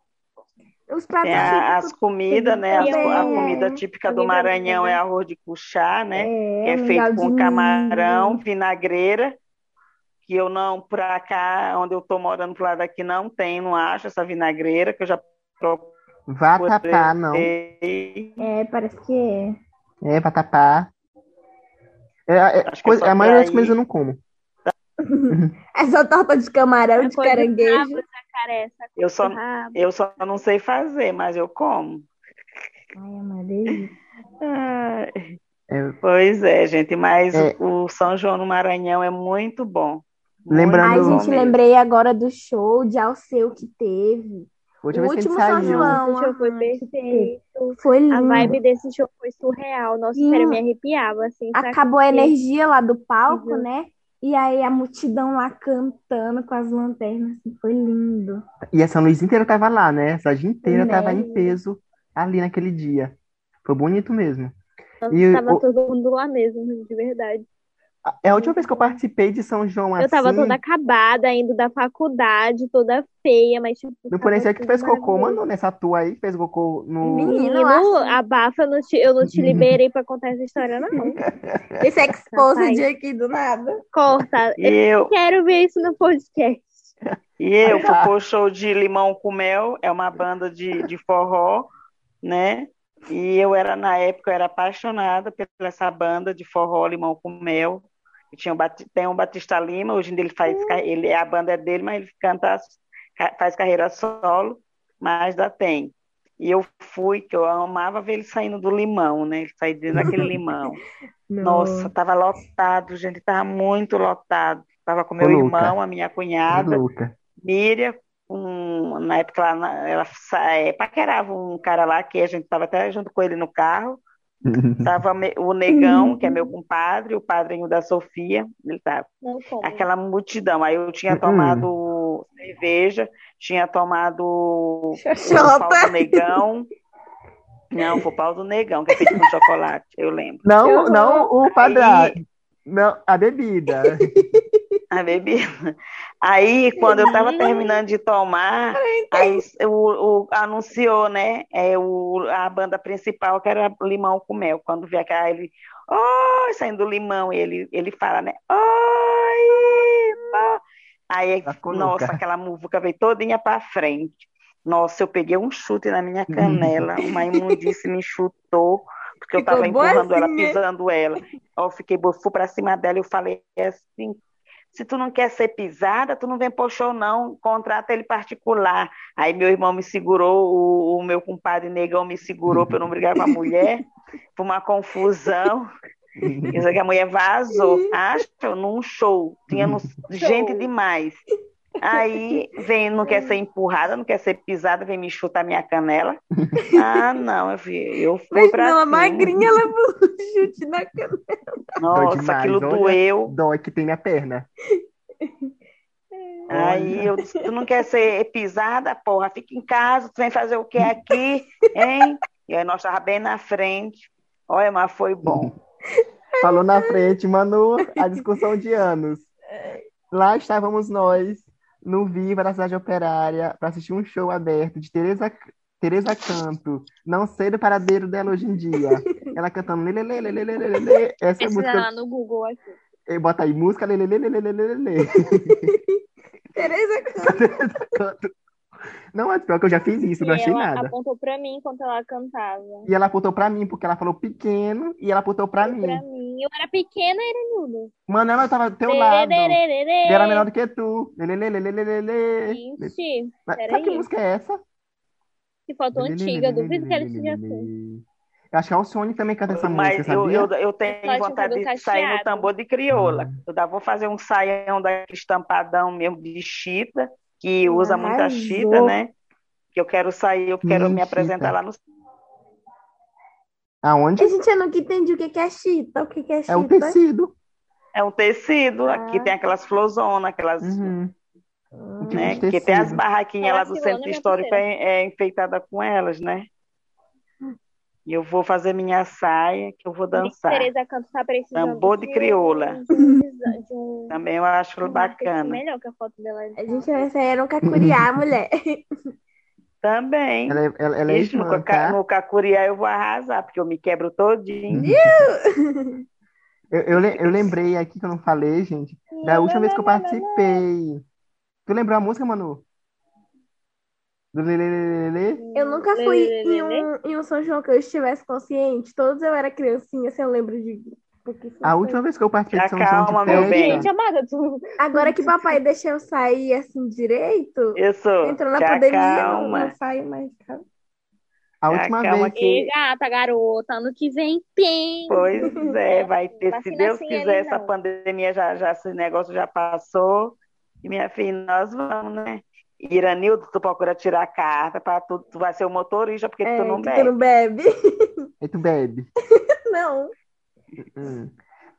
[SPEAKER 3] Os pratos
[SPEAKER 4] Tem a-
[SPEAKER 3] típicos.
[SPEAKER 4] É, as comidas, né? As- a
[SPEAKER 3] Também,
[SPEAKER 4] comida
[SPEAKER 3] é.
[SPEAKER 4] típica do
[SPEAKER 1] Também
[SPEAKER 4] Maranhão
[SPEAKER 1] tem.
[SPEAKER 4] é arroz de cuchá, né?
[SPEAKER 3] É,
[SPEAKER 4] que é
[SPEAKER 3] mingau
[SPEAKER 4] feito
[SPEAKER 3] de
[SPEAKER 4] com
[SPEAKER 3] milho.
[SPEAKER 4] camarão, vinagreira, que eu não, pra cá, onde eu tô morando pro lado daqui, não tem, não acho essa vinagreira, que eu já
[SPEAKER 2] vá tapar, não.
[SPEAKER 4] procurei.
[SPEAKER 3] É, parece que é.
[SPEAKER 2] É, vá tapar. É, é,
[SPEAKER 4] Acho que
[SPEAKER 2] coisa-
[SPEAKER 4] é só
[SPEAKER 2] a maioria
[SPEAKER 4] por
[SPEAKER 2] das
[SPEAKER 4] aí.
[SPEAKER 2] coisas eu não como.
[SPEAKER 3] É só torta de camarão, É de
[SPEAKER 1] É Coisa de
[SPEAKER 3] caranguejo.
[SPEAKER 1] rabo, Jacaré, saco
[SPEAKER 4] Eu só,
[SPEAKER 1] de rabo.
[SPEAKER 4] eu só não sei fazer, mas eu como.
[SPEAKER 3] Ai, é uma delícia.
[SPEAKER 4] Ai,
[SPEAKER 2] É.
[SPEAKER 4] Pois é, gente, mas
[SPEAKER 2] É.
[SPEAKER 4] o São João no Maranhão é muito bom.
[SPEAKER 2] Lembrando-
[SPEAKER 3] Ai,
[SPEAKER 4] Muito bom
[SPEAKER 3] gente,
[SPEAKER 4] mesmo.
[SPEAKER 3] lembrei agora do show de Alceu que teve.
[SPEAKER 2] A Última
[SPEAKER 3] O
[SPEAKER 2] vez que a gente
[SPEAKER 3] último São
[SPEAKER 2] saiu.
[SPEAKER 3] João.
[SPEAKER 1] Esse show foi
[SPEAKER 3] aham,
[SPEAKER 1] perfeito.
[SPEAKER 3] Foi
[SPEAKER 1] A
[SPEAKER 3] lindo.
[SPEAKER 1] vibe desse show foi surreal. Nossa,
[SPEAKER 3] Sim.
[SPEAKER 1] sério, eu me arrepiava, assim, sabe?
[SPEAKER 3] Acabou a energia lá do palco,
[SPEAKER 1] Uhum.
[SPEAKER 3] né? E aí a multidão lá cantando com as lanternas. assim, Foi lindo.
[SPEAKER 2] E a São Luís inteira tava lá, né? A cidade inteira
[SPEAKER 3] Né?
[SPEAKER 2] tava em peso ali naquele dia. Foi bonito mesmo. E
[SPEAKER 1] Tava
[SPEAKER 2] o-
[SPEAKER 1] todo mundo lá mesmo, de verdade.
[SPEAKER 2] a- é a última vez que eu participei de São João
[SPEAKER 1] Eu tava
[SPEAKER 2] assim.
[SPEAKER 1] toda acabada, indo da faculdade, toda feia, mas tipo.
[SPEAKER 2] Não foi nem
[SPEAKER 1] tava
[SPEAKER 2] ser assim, "É que tu fez
[SPEAKER 1] tudo
[SPEAKER 2] cocô,
[SPEAKER 1] maravilhoso.
[SPEAKER 2] mano, nessa tua aí, fez cocô no.
[SPEAKER 3] Menino,
[SPEAKER 1] Menino,
[SPEAKER 3] assim.
[SPEAKER 1] abafa, eu não te, eu não
[SPEAKER 2] Uhum.
[SPEAKER 1] te liberei pra contar essa história, não.
[SPEAKER 4] É.
[SPEAKER 3] Esse exposed
[SPEAKER 1] Rapaz.
[SPEAKER 3] aqui do nada.
[SPEAKER 1] Corta.
[SPEAKER 4] E
[SPEAKER 1] Eu
[SPEAKER 4] eu,
[SPEAKER 1] quero ver isso no podcast.
[SPEAKER 4] E eu fui pro show de Limão com Mel, é uma banda de, de forró, né? E eu era, na época, eu era apaixonada por essa banda de forró Limão com Mel. Eu tinha um Bati- tem um Batista Lima, hoje em dia ele faz, ca- ele, é a banda é dele, mas ele canta, ca- faz carreira solo, mas ainda tem. E eu fui, que eu amava ver ele saindo do limão, né? Ele sair dentro daquele limão. Nossa, tava lotado, gente, tava muito lotado. Tava com meu
[SPEAKER 2] Ô, Luca.
[SPEAKER 4] irmão, a minha cunhada.
[SPEAKER 2] Luca.
[SPEAKER 4] Miriam, um- na época ela, na- ela sa- eh, paquerava um cara lá que a gente estava até junto com ele no carro. Tava me- o Negão, que é meu compadre, o padrinho da Sofia, ele tava.
[SPEAKER 1] Não como.
[SPEAKER 4] Aquela multidão. Aí eu tinha
[SPEAKER 2] Uhum.
[SPEAKER 4] tomado cerveja, tinha tomado o pau
[SPEAKER 3] Xoxota.
[SPEAKER 4] do Negão. Não, foi o pau do Negão, que é feito com chocolate, eu lembro.
[SPEAKER 2] Não,
[SPEAKER 3] Eu
[SPEAKER 2] não o padrasto. Não, a bebida.
[SPEAKER 4] A bebida. Aí, quando eu estava terminando de tomar, aí o, o- anunciou, né? É o, a banda principal, que era Limão com Mel. Quando vê aquela, ele, oi, saindo do limão, e ele, ele fala, né? Oi! ó." Aí,
[SPEAKER 2] Da Conuca.
[SPEAKER 4] nossa, aquela muvuca veio todinha pra frente. Nossa, eu peguei um chute na minha canela, uma imundice me chutou, porque eu
[SPEAKER 3] Ficou
[SPEAKER 4] tava empurrando ela,
[SPEAKER 3] boazinha.
[SPEAKER 4] pisando ela. Ó, Eu fiquei, bo- fui pra cima dela e eu falei assim, se tu não quer ser pisada, tu não vem pro show não, contrata ele particular. Aí meu irmão me segurou, o, o meu compadre negão me segurou pra eu não brigar com a mulher, foi uma confusão. Isso é que a mulher vazou, acho, num show. Tinha no- gente demais. Aí vem, não quer ser empurrada, não quer ser pisada, vem me chutar minha canela. Ah, não, eu fui, eu fui
[SPEAKER 3] Mas
[SPEAKER 4] pra
[SPEAKER 3] ela
[SPEAKER 4] cima.
[SPEAKER 3] magrinha, ela chute na cama.
[SPEAKER 4] Nossa,
[SPEAKER 2] Dói demais,
[SPEAKER 4] aquilo
[SPEAKER 2] olha.
[SPEAKER 4] doeu.
[SPEAKER 2] Dói é que tem minha perna.
[SPEAKER 4] Aí eu disse, tu não quer ser pisada, porra, fica em casa, tu vem fazer o que aqui, hein? E aí nós tava bem na frente. Olha, mas foi bom.
[SPEAKER 2] Falou na frente, Manu, a discussão de anos. Lá estávamos nós, no Viva da Cidade Operária, para assistir um show aberto de Tereza, Tereza Canto. Não sei do paradeiro dela hoje em dia. Ela cantando lê, lê, lê, lê, lê, lê, lê, lê. Essa é a
[SPEAKER 1] Pesquisar
[SPEAKER 2] música.
[SPEAKER 1] lá no Google aqui.
[SPEAKER 2] Eh, Bota aí, música lê, lê, lê, lê, lê, lê, lê, lê.
[SPEAKER 3] Tereza,
[SPEAKER 2] Tereza Canto. Não, é pior que eu já fiz isso, não
[SPEAKER 5] E
[SPEAKER 2] achei
[SPEAKER 5] ela
[SPEAKER 2] nada.
[SPEAKER 5] apontou pra mim enquanto ela cantava.
[SPEAKER 2] E ela apontou pra mim, porque ela falou pequeno, e ela apontou pra mim.
[SPEAKER 5] Pra mim, eu era pequena e era muda.
[SPEAKER 2] Mano, ela tava do teu lado. E
[SPEAKER 5] Tererererê.
[SPEAKER 2] era menor do que tu. Lelelelelelelele.
[SPEAKER 5] Gente,
[SPEAKER 2] Mas
[SPEAKER 5] peraí.
[SPEAKER 2] Sabe que música é essa?
[SPEAKER 5] que foto antiga, duvido que ela esteja com.
[SPEAKER 2] Eu acho que a Alcione também canta essa música,
[SPEAKER 4] Mas eu,
[SPEAKER 2] sabia?
[SPEAKER 4] eu, eu
[SPEAKER 5] Eu só
[SPEAKER 4] tenho
[SPEAKER 5] tinha
[SPEAKER 4] vontade de
[SPEAKER 5] cabelo
[SPEAKER 4] sair no
[SPEAKER 5] cacheado.
[SPEAKER 4] tambor de crioula.
[SPEAKER 2] Hum.
[SPEAKER 4] Eu dá- vou fazer um saião daquele estampadão mesmo de chita, que usa muita
[SPEAKER 3] Arrasou.
[SPEAKER 4] chita, né? Que eu quero sair, eu quero
[SPEAKER 2] Hum,
[SPEAKER 4] me apresentar
[SPEAKER 2] chita.
[SPEAKER 4] lá no.
[SPEAKER 2] Aonde?
[SPEAKER 3] E, gente, eu nunca entendi o que que é chita. O que que é
[SPEAKER 4] um
[SPEAKER 3] chita?
[SPEAKER 2] É o
[SPEAKER 5] né?
[SPEAKER 2] tecido.
[SPEAKER 4] É um tecido, aqui
[SPEAKER 5] Ah.
[SPEAKER 4] tem aquelas florzonas, aquelas.
[SPEAKER 2] Uhum. O tipo
[SPEAKER 4] Né?
[SPEAKER 2] de
[SPEAKER 4] Porque tem as
[SPEAKER 2] tecido.
[SPEAKER 4] barraquinhas lá do
[SPEAKER 5] Vacilou na
[SPEAKER 4] centro
[SPEAKER 5] minha
[SPEAKER 4] histórico é, é enfeitada com elas, né? E eu vou fazer minha saia, que eu vou dançar.
[SPEAKER 5] Tereza Canto tá precisando
[SPEAKER 4] Tambor de crioula.
[SPEAKER 5] De um, desa- de um né?
[SPEAKER 4] Também eu acho
[SPEAKER 5] marketing
[SPEAKER 4] bacana.
[SPEAKER 5] melhor que a foto dela. então.
[SPEAKER 3] A gente vai sair um cacuriá, mulher.
[SPEAKER 4] Também.
[SPEAKER 2] Ela é, ela, ela é
[SPEAKER 4] Ixi, no,
[SPEAKER 2] irmã,
[SPEAKER 4] caca-
[SPEAKER 2] tá?
[SPEAKER 4] no Cacuriá eu vou arrasar, porque eu me quebro todinho.
[SPEAKER 2] Eu, eu, le- eu lembrei aqui que eu não falei, gente, da última vez que eu participei. Tu lembrou a música, Manu? Do lelelelele?
[SPEAKER 3] Eu
[SPEAKER 4] Hum,
[SPEAKER 3] nunca fui em um, em um São João que eu estivesse consciente. Todos eu era criancinha, se eu lembro de. Porque foi-
[SPEAKER 2] A última vez que eu participei de São João de
[SPEAKER 4] Acalma, meu
[SPEAKER 2] festa,
[SPEAKER 4] bem.
[SPEAKER 5] Gente, amada, tu.
[SPEAKER 3] Agora que papai deixa eu sair assim direito,
[SPEAKER 4] Eu sou.
[SPEAKER 3] entrou na
[SPEAKER 4] Te
[SPEAKER 3] pandemia, não,
[SPEAKER 4] acalma.
[SPEAKER 3] não saio mais tá? de casa.
[SPEAKER 2] a última
[SPEAKER 4] Acalma
[SPEAKER 2] vez,
[SPEAKER 4] aqui.
[SPEAKER 5] Que gata, garota, ano que vem tem.
[SPEAKER 4] Pois é, vai ter. Se
[SPEAKER 5] Vacina
[SPEAKER 4] Deus
[SPEAKER 5] sem
[SPEAKER 4] quiser,
[SPEAKER 5] ele,
[SPEAKER 4] essa
[SPEAKER 5] não.
[SPEAKER 4] pandemia já, já, esse negócio já passou. E minha filha, nós vamos, né? Iranildo, tu procura tirar a carta para tu, tu vai ser o motorista, porque
[SPEAKER 3] É,
[SPEAKER 4] tu não
[SPEAKER 3] que
[SPEAKER 4] bebe.
[SPEAKER 3] tu não bebe?
[SPEAKER 2] aí tu bebe.
[SPEAKER 3] Não.
[SPEAKER 2] Hum.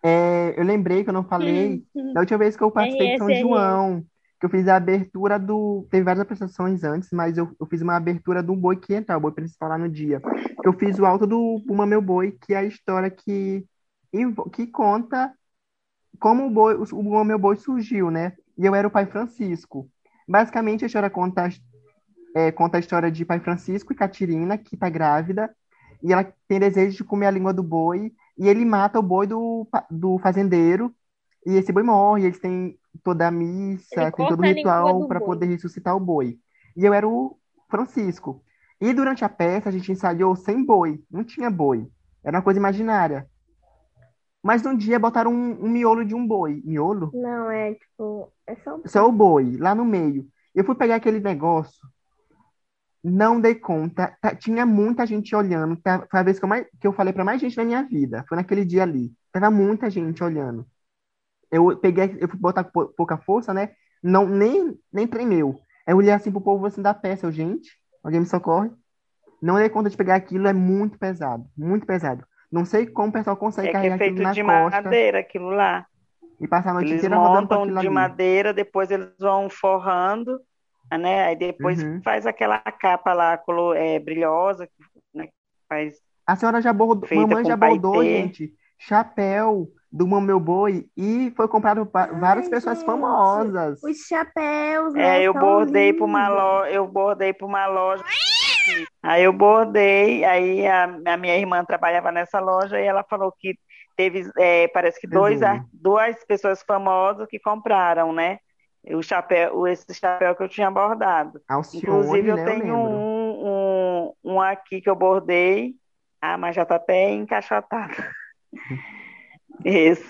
[SPEAKER 2] É, eu lembrei que eu não falei da última vez que eu participei de São
[SPEAKER 5] RS.
[SPEAKER 2] João, que eu fiz a abertura do. Teve várias apresentações antes, mas eu, eu fiz uma abertura do boi que ia entrar, o boi principal lá no dia. Que eu fiz o alto do Puma Meu Boi, que é a história que, envo- que conta como o boi, o Puma Meu Boi surgiu, né? E eu era o pai Francisco. Basicamente, a história conta, a his- é, conta a história de pai Francisco e Catirina, que tá grávida, e ela tem desejo de comer a língua do boi. E ele mata o boi do, pa- do fazendeiro. E esse boi morre. Eles têm toda a missa,
[SPEAKER 5] Ele
[SPEAKER 2] tem todo o
[SPEAKER 5] corta a língua
[SPEAKER 2] ritual
[SPEAKER 5] do
[SPEAKER 2] para
[SPEAKER 5] boi.
[SPEAKER 2] poder ressuscitar o boi. E eu era o Francisco. E durante a peça a gente ensaiou sem boi. Não tinha boi. Era uma coisa imaginária. Mas num dia botaram um, um miolo de um boi. Miolo?
[SPEAKER 3] Não, é tipo. É só.
[SPEAKER 2] Só o boi, lá no meio. Eu fui pegar aquele negócio. Não dei conta. Tá- tinha muita gente olhando. tá? foi a vez que eu, mais- que eu falei pra mais gente na minha vida. Foi naquele dia ali. Tava muita gente olhando. Eu peguei, eu fui botar com pou- pouca força, né? Não, nem, nem tremeu. Aí eu olhei assim pro povo assim da peça. Eu, gente, alguém me socorre. Não dei conta de pegar aquilo, é muito pesado. Muito pesado. Não sei como o pessoal consegue
[SPEAKER 4] É que
[SPEAKER 2] carregar
[SPEAKER 4] é
[SPEAKER 2] aquilo
[SPEAKER 4] feito
[SPEAKER 2] na
[SPEAKER 4] de
[SPEAKER 2] costa
[SPEAKER 4] madeira aquilo lá.
[SPEAKER 2] e passar a noite
[SPEAKER 4] Eles
[SPEAKER 2] inteira rodando com
[SPEAKER 4] montam
[SPEAKER 2] aquilo
[SPEAKER 4] de
[SPEAKER 2] ali.
[SPEAKER 4] madeira, depois eles vão forrando, né? Aí depois
[SPEAKER 2] Uhum.
[SPEAKER 4] faz aquela capa lá colo- é, brilhosa, né? Faz
[SPEAKER 2] A senhora já bordou,
[SPEAKER 4] Feita
[SPEAKER 2] mamãe
[SPEAKER 4] com
[SPEAKER 2] já bordou,
[SPEAKER 4] paetê.
[SPEAKER 2] gente, chapéu do Mameu Boi e foi comprado para
[SPEAKER 3] Ai,
[SPEAKER 2] várias pessoas
[SPEAKER 3] gente.
[SPEAKER 2] famosas.
[SPEAKER 3] Os chapéus, né?
[SPEAKER 4] É, eu
[SPEAKER 2] tá
[SPEAKER 3] são
[SPEAKER 4] bordei para uma
[SPEAKER 3] lindos.
[SPEAKER 4] loja, eu bordei para uma loja. Aí eu bordei, aí a, a minha irmã trabalhava nessa loja e ela falou que teve, é, parece que dois,
[SPEAKER 2] Resumo.
[SPEAKER 4] ar- duas pessoas famosas que compraram, né? O chapéu, o- esse chapéu que eu tinha bordado.
[SPEAKER 2] Alcione,
[SPEAKER 4] Inclusive, eu
[SPEAKER 2] né,
[SPEAKER 4] tenho
[SPEAKER 2] lembro.
[SPEAKER 4] um, um, um aqui que eu bordei. Ah, mas já tá até encaixotado. Esse.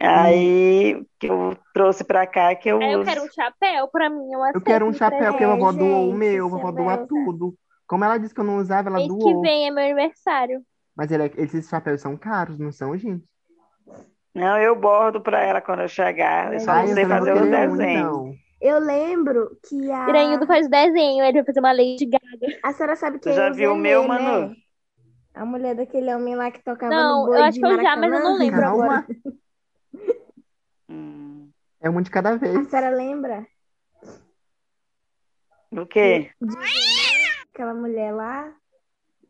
[SPEAKER 4] Aí que eu trouxe pra cá que eu
[SPEAKER 5] Aí eu
[SPEAKER 4] uso.
[SPEAKER 5] quero um chapéu pra mim. Eu,
[SPEAKER 2] Eu quero um
[SPEAKER 5] aceito
[SPEAKER 2] chapéu, porque a
[SPEAKER 3] É,
[SPEAKER 2] vovó doou o
[SPEAKER 3] gente,
[SPEAKER 2] meu, a vovó
[SPEAKER 3] chapéu.
[SPEAKER 2] doa tudo. Como ela disse que eu não usava, ela
[SPEAKER 5] Mês que
[SPEAKER 2] doou.
[SPEAKER 5] vem é meu aniversário.
[SPEAKER 2] Mas ele é- esses chapéus são caros, não são, gente?
[SPEAKER 4] Não, eu bordo pra ela quando eu chegar. Eu só
[SPEAKER 2] Ai,
[SPEAKER 4] não
[SPEAKER 2] eu
[SPEAKER 4] sei
[SPEAKER 2] também
[SPEAKER 4] fazer
[SPEAKER 2] vou
[SPEAKER 4] os
[SPEAKER 2] querer um,
[SPEAKER 4] desenhos.
[SPEAKER 2] então.
[SPEAKER 3] Eu lembro que a.
[SPEAKER 5] Iranildo faz desenho, ele vai fazer uma Lady Gaga.
[SPEAKER 3] A senhora sabe quem
[SPEAKER 4] já
[SPEAKER 3] é o
[SPEAKER 4] viu o
[SPEAKER 3] Zé
[SPEAKER 4] meu,
[SPEAKER 3] Ney,
[SPEAKER 4] Manu?
[SPEAKER 3] né? A mulher daquele homem lá que tocava no
[SPEAKER 5] Não,
[SPEAKER 3] boi
[SPEAKER 5] eu acho
[SPEAKER 3] de
[SPEAKER 5] que eu já, mas eu
[SPEAKER 3] Maracanã.
[SPEAKER 5] não lembro
[SPEAKER 2] Calma.
[SPEAKER 5] agora.
[SPEAKER 4] Hum.
[SPEAKER 2] É um de cada
[SPEAKER 3] A
[SPEAKER 2] vez.
[SPEAKER 3] senhora lembra?
[SPEAKER 4] O quê?
[SPEAKER 2] Hum.
[SPEAKER 3] Aquela mulher lá?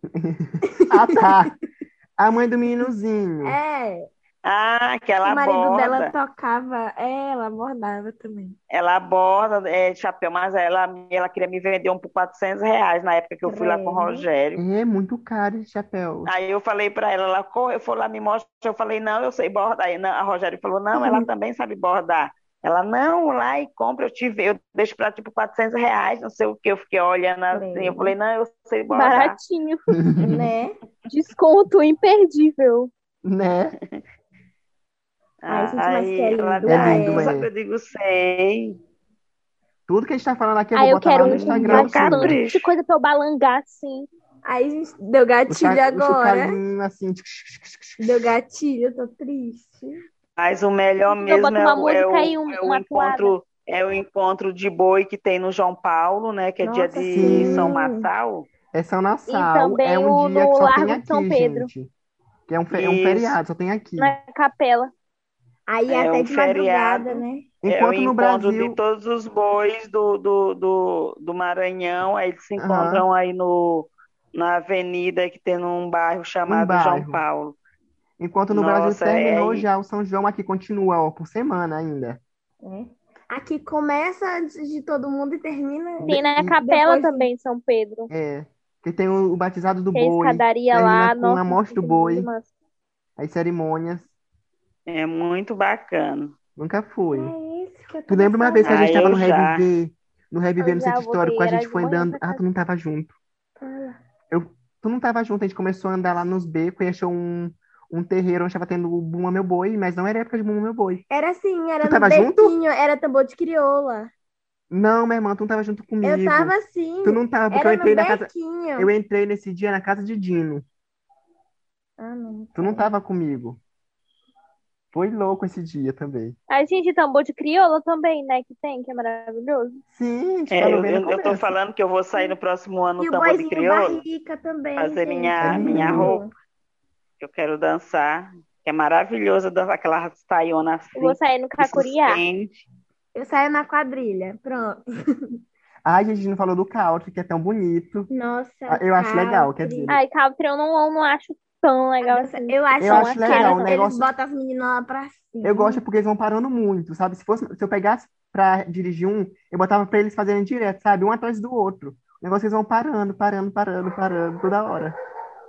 [SPEAKER 2] Ah, tá. A mãe do meninozinho.
[SPEAKER 3] É,
[SPEAKER 4] Ah, que ela
[SPEAKER 3] o marido
[SPEAKER 4] borda.
[SPEAKER 3] dela tocava. É, ela bordava também.
[SPEAKER 4] Ela borda é, chapéu, mas ela, ela queria me vender um por 400 reais na época que eu fui lá com o
[SPEAKER 3] Credo.
[SPEAKER 4] Rogério.
[SPEAKER 2] É muito caro esse chapéu.
[SPEAKER 4] Aí eu falei pra ela, ela
[SPEAKER 3] Uhum.
[SPEAKER 4] correu, foi lá me mostra. Eu falei, não, eu sei bordar. Aí não, a Rogério falou, não, ela também sabe bordar. Ela, não, lá e compra, eu te ve- eu deixo pra tipo 400 reais, não sei o que. Eu fiquei olhando assim, eu falei, não, eu sei guardar.
[SPEAKER 5] Baratinho.
[SPEAKER 2] Uhum.
[SPEAKER 3] né?
[SPEAKER 5] Desconto imperdível.
[SPEAKER 2] Né?
[SPEAKER 3] Ai, gente, mas
[SPEAKER 4] Ah, Aí
[SPEAKER 3] que é lindo,
[SPEAKER 4] ela,
[SPEAKER 3] né?
[SPEAKER 4] "Ai,
[SPEAKER 3] É lindo,
[SPEAKER 4] só
[SPEAKER 2] é.
[SPEAKER 4] que eu digo, sei.
[SPEAKER 2] Tudo que a gente tá falando
[SPEAKER 1] Ah,
[SPEAKER 2] aqui eu
[SPEAKER 5] Aí
[SPEAKER 2] vou
[SPEAKER 5] eu
[SPEAKER 2] botar
[SPEAKER 5] quero
[SPEAKER 2] lá no
[SPEAKER 5] um
[SPEAKER 2] Instagram.
[SPEAKER 4] um cabri-
[SPEAKER 2] assim.
[SPEAKER 5] bastante coisa pra eu balangar assim.
[SPEAKER 3] Aí gente, deu
[SPEAKER 2] O
[SPEAKER 3] gatilho
[SPEAKER 2] cha- o
[SPEAKER 3] agora.
[SPEAKER 2] chocalhinho, assim.
[SPEAKER 3] Deu gatilho, eu tô triste.
[SPEAKER 4] Mas o melhor
[SPEAKER 3] Então,
[SPEAKER 5] Eu
[SPEAKER 4] mesmo
[SPEAKER 5] boto
[SPEAKER 4] é,
[SPEAKER 5] uma
[SPEAKER 4] o- é o,
[SPEAKER 5] música e um-
[SPEAKER 4] é o
[SPEAKER 5] uma
[SPEAKER 4] encontro, é o encontro de boi que tem no João Paulo, né? Que é dia
[SPEAKER 3] Nossa,
[SPEAKER 4] de
[SPEAKER 2] sim.
[SPEAKER 4] São Marçal.
[SPEAKER 2] É São Nassau.
[SPEAKER 5] também
[SPEAKER 2] É
[SPEAKER 5] o-
[SPEAKER 2] um dia que
[SPEAKER 5] no
[SPEAKER 2] só tem
[SPEAKER 5] Largo de
[SPEAKER 2] aqui,
[SPEAKER 5] São Pedro.
[SPEAKER 2] gente. Que é um, fe- é um
[SPEAKER 4] Isso.
[SPEAKER 2] feriado, só tem aqui.
[SPEAKER 5] Na capela.
[SPEAKER 3] Aí
[SPEAKER 4] É
[SPEAKER 3] até
[SPEAKER 4] um
[SPEAKER 3] de madrugada,
[SPEAKER 4] feriado.
[SPEAKER 3] né?
[SPEAKER 4] É o
[SPEAKER 2] Enquanto no
[SPEAKER 4] encontro
[SPEAKER 2] Brasil.
[SPEAKER 4] de todos os bois do, do, do, do Maranhão. Aí eles se
[SPEAKER 2] Aham.
[SPEAKER 4] encontram aí no, na avenida que tem num bairro chamado
[SPEAKER 2] Um bairro.
[SPEAKER 4] João Paulo.
[SPEAKER 2] Enquanto no
[SPEAKER 4] Nossa,
[SPEAKER 2] Brasil terminou
[SPEAKER 4] é-
[SPEAKER 2] já o São João, aqui continua, ó, por semana ainda.
[SPEAKER 3] Aqui começa antes de todo mundo e termina.
[SPEAKER 5] Tem na
[SPEAKER 2] E
[SPEAKER 5] capela
[SPEAKER 3] depois-
[SPEAKER 5] também, São Pedro.
[SPEAKER 2] É. Que tem o, o batizado do
[SPEAKER 5] Que é a
[SPEAKER 2] boi,
[SPEAKER 5] escadaria
[SPEAKER 2] termina
[SPEAKER 5] lá.
[SPEAKER 2] com
[SPEAKER 5] nossa,
[SPEAKER 2] a morte do
[SPEAKER 5] que
[SPEAKER 2] boi.
[SPEAKER 5] lindo, mas-
[SPEAKER 2] as cerimônias.
[SPEAKER 4] É muito bacana.
[SPEAKER 2] Nunca foi.
[SPEAKER 3] É esse que eu
[SPEAKER 2] Tu
[SPEAKER 3] tô
[SPEAKER 2] lembra uma
[SPEAKER 3] falando.
[SPEAKER 2] vez que a
[SPEAKER 4] Ah,
[SPEAKER 2] gente tava
[SPEAKER 4] eu
[SPEAKER 2] no
[SPEAKER 4] já.
[SPEAKER 2] Reviver, no Reviver
[SPEAKER 5] Eu
[SPEAKER 2] no
[SPEAKER 5] já
[SPEAKER 2] Centro Histórico, a
[SPEAKER 5] voltei, era
[SPEAKER 2] gente
[SPEAKER 5] de
[SPEAKER 2] foi
[SPEAKER 5] manhã
[SPEAKER 2] andando.
[SPEAKER 5] pra
[SPEAKER 2] Ah, tu não tava junto. Eu, tu não tava junto, a gente começou a andar lá nos becos e achou um, um terreiro onde tava tendo o Buma Meu Boi, mas não era época de Buma Meu Boi.
[SPEAKER 3] Era assim, era
[SPEAKER 2] Tu
[SPEAKER 3] no
[SPEAKER 2] tava junto?
[SPEAKER 3] bequinho, era tambor de crioula.
[SPEAKER 2] Não, minha irmã, tu não tava junto comigo.
[SPEAKER 3] Eu tava assim,
[SPEAKER 2] Tu não tava, porque eu
[SPEAKER 3] era
[SPEAKER 2] entrei
[SPEAKER 3] no
[SPEAKER 2] na casa.
[SPEAKER 3] bequinho.
[SPEAKER 2] Eu entrei nesse dia na casa de Dino.
[SPEAKER 3] Ah, não.
[SPEAKER 2] Tu não tava comigo. Foi louco esse dia também.
[SPEAKER 5] Ai, gente, tambor de crioula também, né? Que tem, que é maravilhoso.
[SPEAKER 2] Sim, a gente
[SPEAKER 4] É,
[SPEAKER 2] falou
[SPEAKER 4] eu,
[SPEAKER 2] bem tá no
[SPEAKER 4] eu, eu tô
[SPEAKER 2] começo.
[SPEAKER 4] falando que eu vou sair no próximo ano
[SPEAKER 3] E o
[SPEAKER 4] no tambor de
[SPEAKER 3] boizinho
[SPEAKER 4] crioula.
[SPEAKER 3] barrica também,
[SPEAKER 4] fazer
[SPEAKER 3] gente. É.
[SPEAKER 4] minha-
[SPEAKER 2] minha
[SPEAKER 4] roupa. Eu quero dançar. que É maravilhoso dançar aquela saiona assim.
[SPEAKER 5] Eu vou sair no
[SPEAKER 1] tá
[SPEAKER 4] que
[SPEAKER 5] Cacuriá.
[SPEAKER 4] suspende.
[SPEAKER 3] Eu saio na quadrilha, pronto.
[SPEAKER 2] Ai, gente, a gente não falou do country, que é tão bonito.
[SPEAKER 3] Nossa,
[SPEAKER 2] Ah, eu acho legal, quer dizer.
[SPEAKER 5] Ai, Caltri, eu não, eu não acho tão legal
[SPEAKER 3] Nossa,
[SPEAKER 5] assim.
[SPEAKER 3] eu acho,
[SPEAKER 2] Eu acho
[SPEAKER 3] aquela-
[SPEAKER 2] legal, o
[SPEAKER 3] eles
[SPEAKER 2] negócio-
[SPEAKER 3] botam as meninas lá pra cima.
[SPEAKER 2] Eu gosto porque eles vão parando muito, sabe? Se fosse, se eu pegasse pra dirigir um, eu botava pra eles fazerem direto, sabe? Um atrás do outro. O negócio é que eles vão parando, parando, parando, parando, toda hora.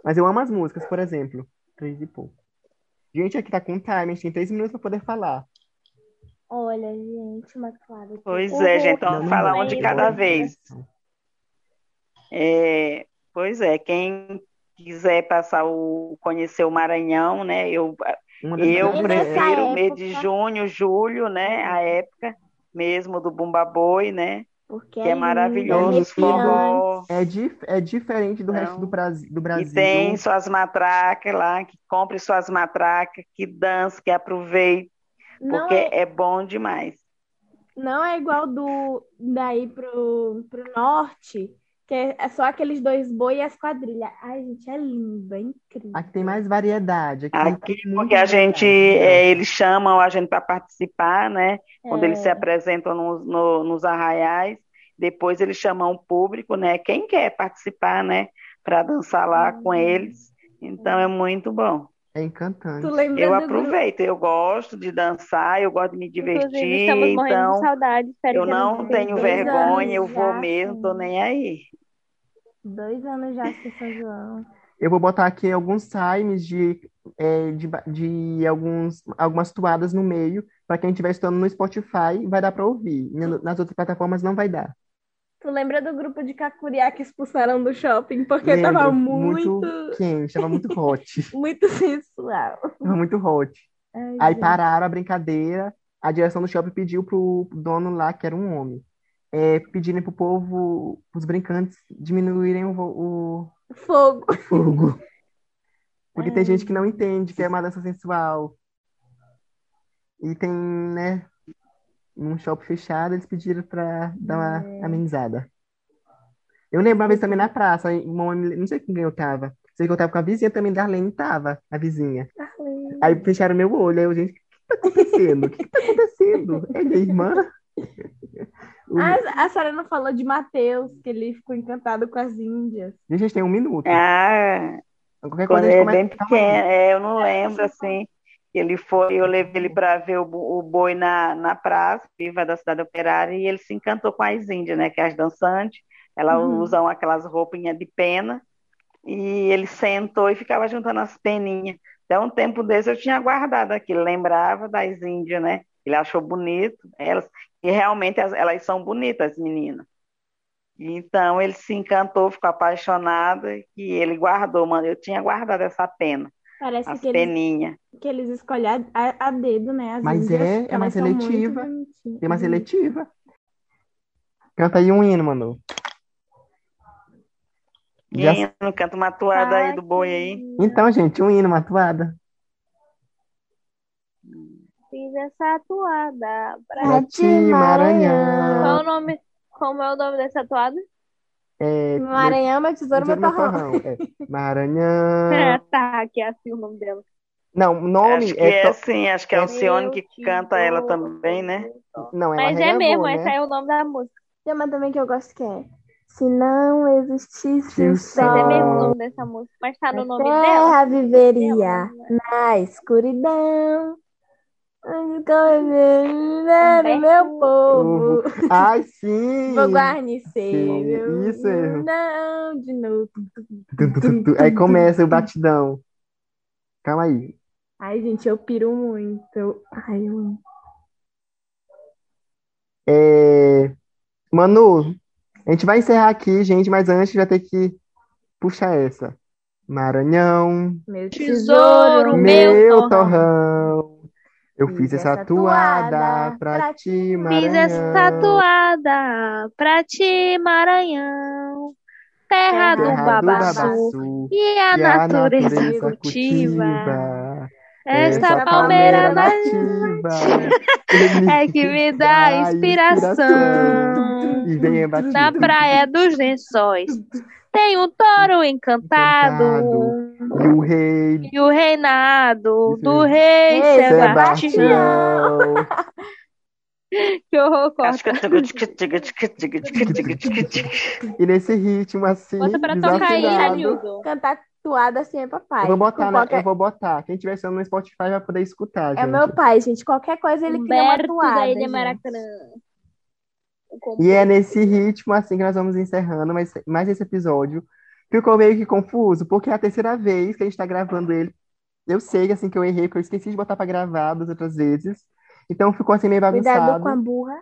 [SPEAKER 2] Mas eu amo as músicas, por exemplo. Três e pouco. Gente, aqui tá com time, a gente tem três minutos pra poder falar.
[SPEAKER 3] Olha, gente, uma clara.
[SPEAKER 4] Pois é, gente. Então
[SPEAKER 2] Não, não
[SPEAKER 4] falar
[SPEAKER 2] vai,
[SPEAKER 4] um de
[SPEAKER 2] não
[SPEAKER 4] cada
[SPEAKER 2] vai.
[SPEAKER 4] vez. É, pois é, quem quiser passar o conhecer o Maranhão, né? Eu,
[SPEAKER 2] Uma das
[SPEAKER 4] eu
[SPEAKER 2] melhores
[SPEAKER 3] nessa
[SPEAKER 2] músicas.
[SPEAKER 4] prefiro o mês de
[SPEAKER 3] época-
[SPEAKER 4] junho, julho, né? A época mesmo do Bumba Boi, né?
[SPEAKER 3] Porque
[SPEAKER 4] Que
[SPEAKER 3] é
[SPEAKER 4] é
[SPEAKER 3] Então,
[SPEAKER 4] maravilhoso,
[SPEAKER 2] arrepiante.
[SPEAKER 4] forró.
[SPEAKER 2] É, dif é diferente do
[SPEAKER 4] Não.
[SPEAKER 2] resto do, Brasi- do
[SPEAKER 4] E
[SPEAKER 2] Brasil.
[SPEAKER 4] tem suas matracas lá, que compre suas matracas, que dance, que aproveite,
[SPEAKER 3] Não
[SPEAKER 4] porque
[SPEAKER 3] é,
[SPEAKER 4] é... bom demais.
[SPEAKER 3] não é igual do daí pro, pro norte, que é é só aqueles dois boi e as quadrilhas. Ai, gente, é lindo, é incrível.
[SPEAKER 2] Aqui tem mais variedade. Aqui,
[SPEAKER 4] Aqui,
[SPEAKER 2] tem muita
[SPEAKER 4] porque a gente,
[SPEAKER 2] variedade. né?
[SPEAKER 4] é, eles chamam a gente para participar, né? Quando
[SPEAKER 3] É.
[SPEAKER 4] eles se apresentam nos, no- nos arraiais, depois eles chamam o público, né? Quem quer participar, né? Para dançar lá com eles. Então é muito bom.
[SPEAKER 2] É encantante.
[SPEAKER 3] Tu lembra
[SPEAKER 4] Eu
[SPEAKER 3] do grupo?
[SPEAKER 4] aproveito, eu gosto de dançar, eu gosto de me
[SPEAKER 5] Inclusive,
[SPEAKER 4] divertir,
[SPEAKER 5] estamos morrendo de
[SPEAKER 4] então
[SPEAKER 5] saudade. Espero
[SPEAKER 4] eu
[SPEAKER 5] que
[SPEAKER 4] não tenho
[SPEAKER 3] dois
[SPEAKER 4] vergonha, eu
[SPEAKER 3] anos
[SPEAKER 4] vou
[SPEAKER 3] já,
[SPEAKER 4] mesmo, tô
[SPEAKER 3] sim.
[SPEAKER 4] nem aí.
[SPEAKER 3] Dois anos já que São João.
[SPEAKER 2] Eu vou botar aqui alguns times de, é, de, ba- de alguns, algumas toadas no meio. Pra quem estiver estudando no Spotify, vai dar pra ouvir. N- Nas outras plataformas não vai dar.
[SPEAKER 3] Tu lembra do grupo de Cacuriá que expulsaram do shopping porque
[SPEAKER 2] Lembro,
[SPEAKER 3] tava
[SPEAKER 2] muito-
[SPEAKER 3] muito,
[SPEAKER 2] Quente, tava muito hot.
[SPEAKER 3] muito sensual.
[SPEAKER 2] Tava muito hot.
[SPEAKER 3] Ai,
[SPEAKER 2] Aí tá,
[SPEAKER 3] gente.
[SPEAKER 2] pararam a brincadeira. A direção do shopping pediu pro dono lá, que era um homem, é, pedirem pro povo, os brincantes, diminuírem o, vo-
[SPEAKER 3] Fogo.
[SPEAKER 2] o fogo. Porque tem
[SPEAKER 3] Ai.
[SPEAKER 2] gente que não entende que é uma dança sensual. E tem, né? Num shopping fechado, eles pediram pra dar uma
[SPEAKER 4] É.
[SPEAKER 2] amenizada. Eu lembro uma vez também na praça, aí uma homem- não sei com quem eu tava. Sei que eu tava com a vizinha também, Darlene tava, a vizinha. Aí fecharam meu olho, aí eu, gente, o que tá acontecendo? O que tá acontecendo? É minha irmã? O-
[SPEAKER 3] Ah, A, a Sara não falou de Matheus, que ele ficou encantado com as índias.
[SPEAKER 2] Gente, a gente tem um minuto.
[SPEAKER 4] Ah,
[SPEAKER 2] Qualquer
[SPEAKER 4] quando
[SPEAKER 2] coisa a gente
[SPEAKER 4] ele é
[SPEAKER 2] começa-
[SPEAKER 4] bem
[SPEAKER 2] Calma aí.
[SPEAKER 4] pequeno, é, eu não lembro assim. Ele foi, eu levei ele para ver o, bo- o boi na, na praça, viva da cidade operária, e ele se encantou com as índias, né? Que é as dançantes, elas
[SPEAKER 3] Uhum.
[SPEAKER 4] usam aquelas roupinhas de pena, e ele sentou e ficava juntando as peninhas. Até um tempo desse eu tinha guardado aquilo, lembrava das índias, né? Ele achou bonito. Elas, e realmente as- elas são bonitas, as meninas. Então ele se encantou, ficou apaixonado e ele guardou, mano. Eu tinha guardado essa pena,
[SPEAKER 3] Parece
[SPEAKER 4] as
[SPEAKER 3] que eles,
[SPEAKER 4] peninhas.
[SPEAKER 3] que eles escolhem a, a dedo, né? As
[SPEAKER 2] Mas
[SPEAKER 3] índias,
[SPEAKER 2] é- é
[SPEAKER 3] elas
[SPEAKER 2] mais
[SPEAKER 3] são muito
[SPEAKER 2] seletiva.
[SPEAKER 3] bonitinhas.
[SPEAKER 2] Tem uma seletiva. Canta aí um hino, Manu. Já-
[SPEAKER 4] Quem não canta uma toada aí do boi aí?
[SPEAKER 2] Então, gente, um hino, uma toada.
[SPEAKER 1] Fiz essa atuada. Pra...
[SPEAKER 2] Pra ti, Maranhão.
[SPEAKER 5] Qual o nome? Como é o nome dessa toada?
[SPEAKER 2] É,
[SPEAKER 3] Maranhão, meu Hum, tesouro, meu
[SPEAKER 2] Tesouro Meu
[SPEAKER 3] torrão.
[SPEAKER 2] Torrão, é. Maranhão.
[SPEAKER 1] tá, que é assim o nome dela.
[SPEAKER 2] Não, o nome
[SPEAKER 4] Acho que
[SPEAKER 2] é.
[SPEAKER 4] é
[SPEAKER 2] to-
[SPEAKER 4] assim, acho que é o Alcione que
[SPEAKER 1] Meu
[SPEAKER 4] canta ela
[SPEAKER 1] tesouro.
[SPEAKER 4] também, né?
[SPEAKER 2] Não, ela
[SPEAKER 5] Mas é
[SPEAKER 2] regravou,
[SPEAKER 5] mesmo,
[SPEAKER 2] né?
[SPEAKER 5] esse é o nome da música.
[SPEAKER 3] Tem uma também que eu gosto que é Se não existisse
[SPEAKER 2] Se o
[SPEAKER 3] o
[SPEAKER 2] sol
[SPEAKER 5] Não é mesmo o
[SPEAKER 3] sol,
[SPEAKER 5] nome dessa música, mas tá no
[SPEAKER 3] é a
[SPEAKER 5] nome dela.
[SPEAKER 3] terra viveria
[SPEAKER 5] Dela,
[SPEAKER 3] na escuridão. Onde viver o meu povo.
[SPEAKER 2] Ai, sim!
[SPEAKER 3] Vou guarnecer
[SPEAKER 2] Uhum. Sim,
[SPEAKER 3] meu
[SPEAKER 2] isso, é erro.
[SPEAKER 3] não de novo.
[SPEAKER 2] Tu, tu, tu, tu. Aí começa o batidão. Calma aí.
[SPEAKER 3] Ai, gente, eu piro muito. Ai, eu amo.
[SPEAKER 2] É... Manu, a gente vai encerrar aqui, gente, mas antes vai ter que puxar essa. Maranhão,
[SPEAKER 3] meu
[SPEAKER 5] Tesouro,
[SPEAKER 3] tesouro,
[SPEAKER 5] meu torrão.
[SPEAKER 2] meu torrão. Eu
[SPEAKER 3] Fiz
[SPEAKER 2] fiz essa
[SPEAKER 3] essa
[SPEAKER 2] toada
[SPEAKER 3] toada
[SPEAKER 2] pra
[SPEAKER 3] pra
[SPEAKER 2] ti,
[SPEAKER 5] Fiz essa
[SPEAKER 2] Maranhão.
[SPEAKER 5] tatuada pra ti, Maranhão, terra do
[SPEAKER 3] Terra
[SPEAKER 2] Terra do
[SPEAKER 5] babaçu
[SPEAKER 2] babaçu,
[SPEAKER 5] e a
[SPEAKER 2] que é a
[SPEAKER 5] natureza
[SPEAKER 2] natureza
[SPEAKER 5] cultiva.
[SPEAKER 2] cultiva.
[SPEAKER 5] Esta palmeira na
[SPEAKER 2] nativa
[SPEAKER 5] é que me dá inspiração.
[SPEAKER 2] E vem a batida.
[SPEAKER 5] Na praia dos lençóis tem um touro encantado
[SPEAKER 2] E o rei
[SPEAKER 5] e o reinado do
[SPEAKER 2] Isso
[SPEAKER 5] rei
[SPEAKER 3] Ei,
[SPEAKER 5] Sebastião.
[SPEAKER 2] Sebastião.
[SPEAKER 5] Que horror, corta.
[SPEAKER 4] Acho que é
[SPEAKER 2] E nesse ritmo assim,
[SPEAKER 5] Bota pra tocar aí,
[SPEAKER 2] desafinado.
[SPEAKER 5] Anildo.
[SPEAKER 3] Cantar toada assim é papai.
[SPEAKER 2] Eu vou botar, né?
[SPEAKER 3] Qualquer-
[SPEAKER 2] Eu vou botar. Quem tiver sendo no Spotify vai poder escutar,
[SPEAKER 3] É
[SPEAKER 2] gente.
[SPEAKER 3] meu pai, gente. Qualquer coisa ele cria uma
[SPEAKER 5] Humberto
[SPEAKER 3] toada.
[SPEAKER 5] da Ilha
[SPEAKER 3] gente.
[SPEAKER 5] Maracanã. O
[SPEAKER 2] E é nesse ritmo assim que nós vamos encerrando mais, mais esse episódio. Ficou meio que confuso, porque é a terceira vez que a gente tá gravando ele. Eu sei assim que eu errei, porque eu esqueci de botar pra gravar das outras vezes. Então ficou assim meio
[SPEAKER 3] Cuidado
[SPEAKER 2] bagunçado.
[SPEAKER 3] com a burra.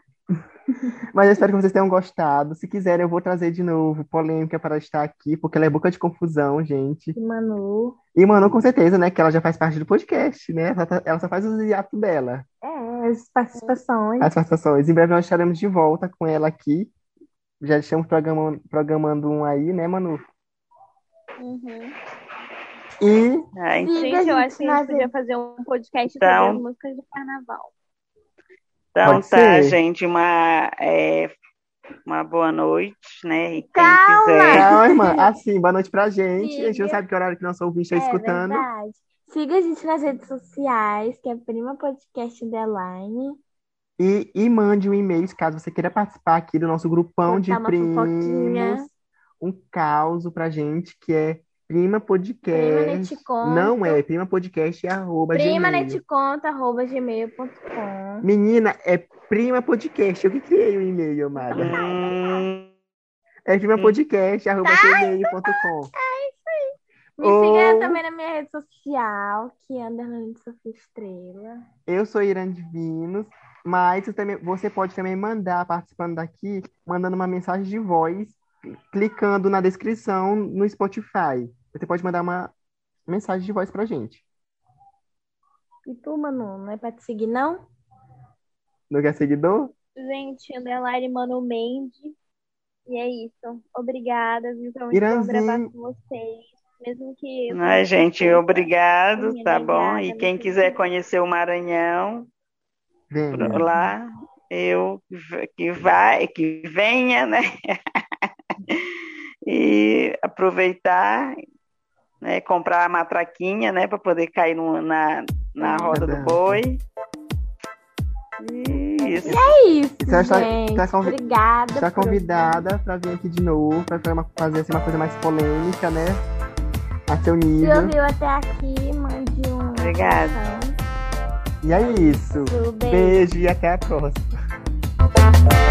[SPEAKER 2] Mas eu espero que vocês tenham gostado. Se quiserem, eu vou trazer de novo polêmica para estar aqui, porque ela é boca de confusão, gente.
[SPEAKER 3] de Manu.
[SPEAKER 2] E Manu, com certeza, né? Que ela já faz parte do podcast, né? Ela, tá- ela só faz os hiatos dela,
[SPEAKER 3] É, as participações.
[SPEAKER 2] as participações. Em breve nós estaremos de volta com ela aqui. Já estamos programando, programando um aí, né, Manu? E
[SPEAKER 4] Ai,
[SPEAKER 5] Gente, eu acho que a gente podia fazer um podcast sobre
[SPEAKER 4] Então.
[SPEAKER 5] as músicas do carnaval.
[SPEAKER 4] Então
[SPEAKER 2] Pode
[SPEAKER 4] tá,
[SPEAKER 2] ser.
[SPEAKER 4] gente, uma, é, uma boa noite, né? E quem
[SPEAKER 3] Calma!
[SPEAKER 4] quiser.
[SPEAKER 2] calma, irmã. Assim, boa noite pra gente. A gente não
[SPEAKER 3] Sim.
[SPEAKER 2] sabe que horário que nosso ouvinte está
[SPEAKER 3] É
[SPEAKER 2] escutando.
[SPEAKER 3] verdade. Siga a gente nas redes sociais, que é Prima Podcast Underline.
[SPEAKER 2] E, e mande um e-mail caso você queira participar aqui do nosso grupão de
[SPEAKER 3] Contar uma
[SPEAKER 2] primos.
[SPEAKER 3] fofoquinha.
[SPEAKER 2] Um caos pra gente que é prima
[SPEAKER 3] Prima
[SPEAKER 2] podcast.
[SPEAKER 3] Nete Conto.
[SPEAKER 2] Não é, prima podcast arroba
[SPEAKER 3] Prima
[SPEAKER 2] gmail.
[SPEAKER 3] Netconto, arroba gmail.com.
[SPEAKER 2] Menina, é prima podcast. Eu que criei o e-mail, Amada.
[SPEAKER 4] Hum,
[SPEAKER 2] É prima podcast arroba
[SPEAKER 3] Tá,
[SPEAKER 2] gmail.com.
[SPEAKER 3] Me
[SPEAKER 2] Ou-
[SPEAKER 3] siga também na minha rede social, que é Underline Sofia Estrela.
[SPEAKER 2] Eu sou Irã Divinos, mas você, também, você pode também mandar, participando daqui, mandando uma mensagem de voz, clicando na descrição no Spotify. Você pode mandar uma mensagem de voz pra gente.
[SPEAKER 3] E tu, Manu, não é pra te seguir, não?
[SPEAKER 2] Não quer seguidor?
[SPEAKER 1] Gente, underline Mano Mendes. E é isso. Obrigada, viu? Foi muito bom
[SPEAKER 2] Iranzinho.
[SPEAKER 1] gravar com vocês. Mesmo que eu
[SPEAKER 4] ai, gente, obrigado,
[SPEAKER 1] Minha
[SPEAKER 4] tá bom?
[SPEAKER 1] obrigada,
[SPEAKER 4] E quem
[SPEAKER 1] muito
[SPEAKER 4] quiser
[SPEAKER 1] obrigada.
[SPEAKER 4] conhecer o Maranhão
[SPEAKER 2] Vem.
[SPEAKER 4] por lá, eu que vai, que venha, né? E aproveitar, né? Comprar a matraquinha, né? Para poder cair no- na, na roda do
[SPEAKER 2] Dança.
[SPEAKER 4] boi. E isso.
[SPEAKER 3] É isso,
[SPEAKER 2] Então, está-
[SPEAKER 3] gente.
[SPEAKER 2] está convi-
[SPEAKER 3] Obrigada.
[SPEAKER 2] Está
[SPEAKER 3] por ouvir.
[SPEAKER 2] convidada pra vir aqui de novo, pra fazer uma, fazer assim, uma coisa mais polêmica, né? A seu
[SPEAKER 3] Se
[SPEAKER 2] nível.
[SPEAKER 3] ouviu até aqui, mande um.
[SPEAKER 4] Obrigada.
[SPEAKER 2] E é isso.
[SPEAKER 3] Tudo bem.
[SPEAKER 2] Beijo e até a próxima.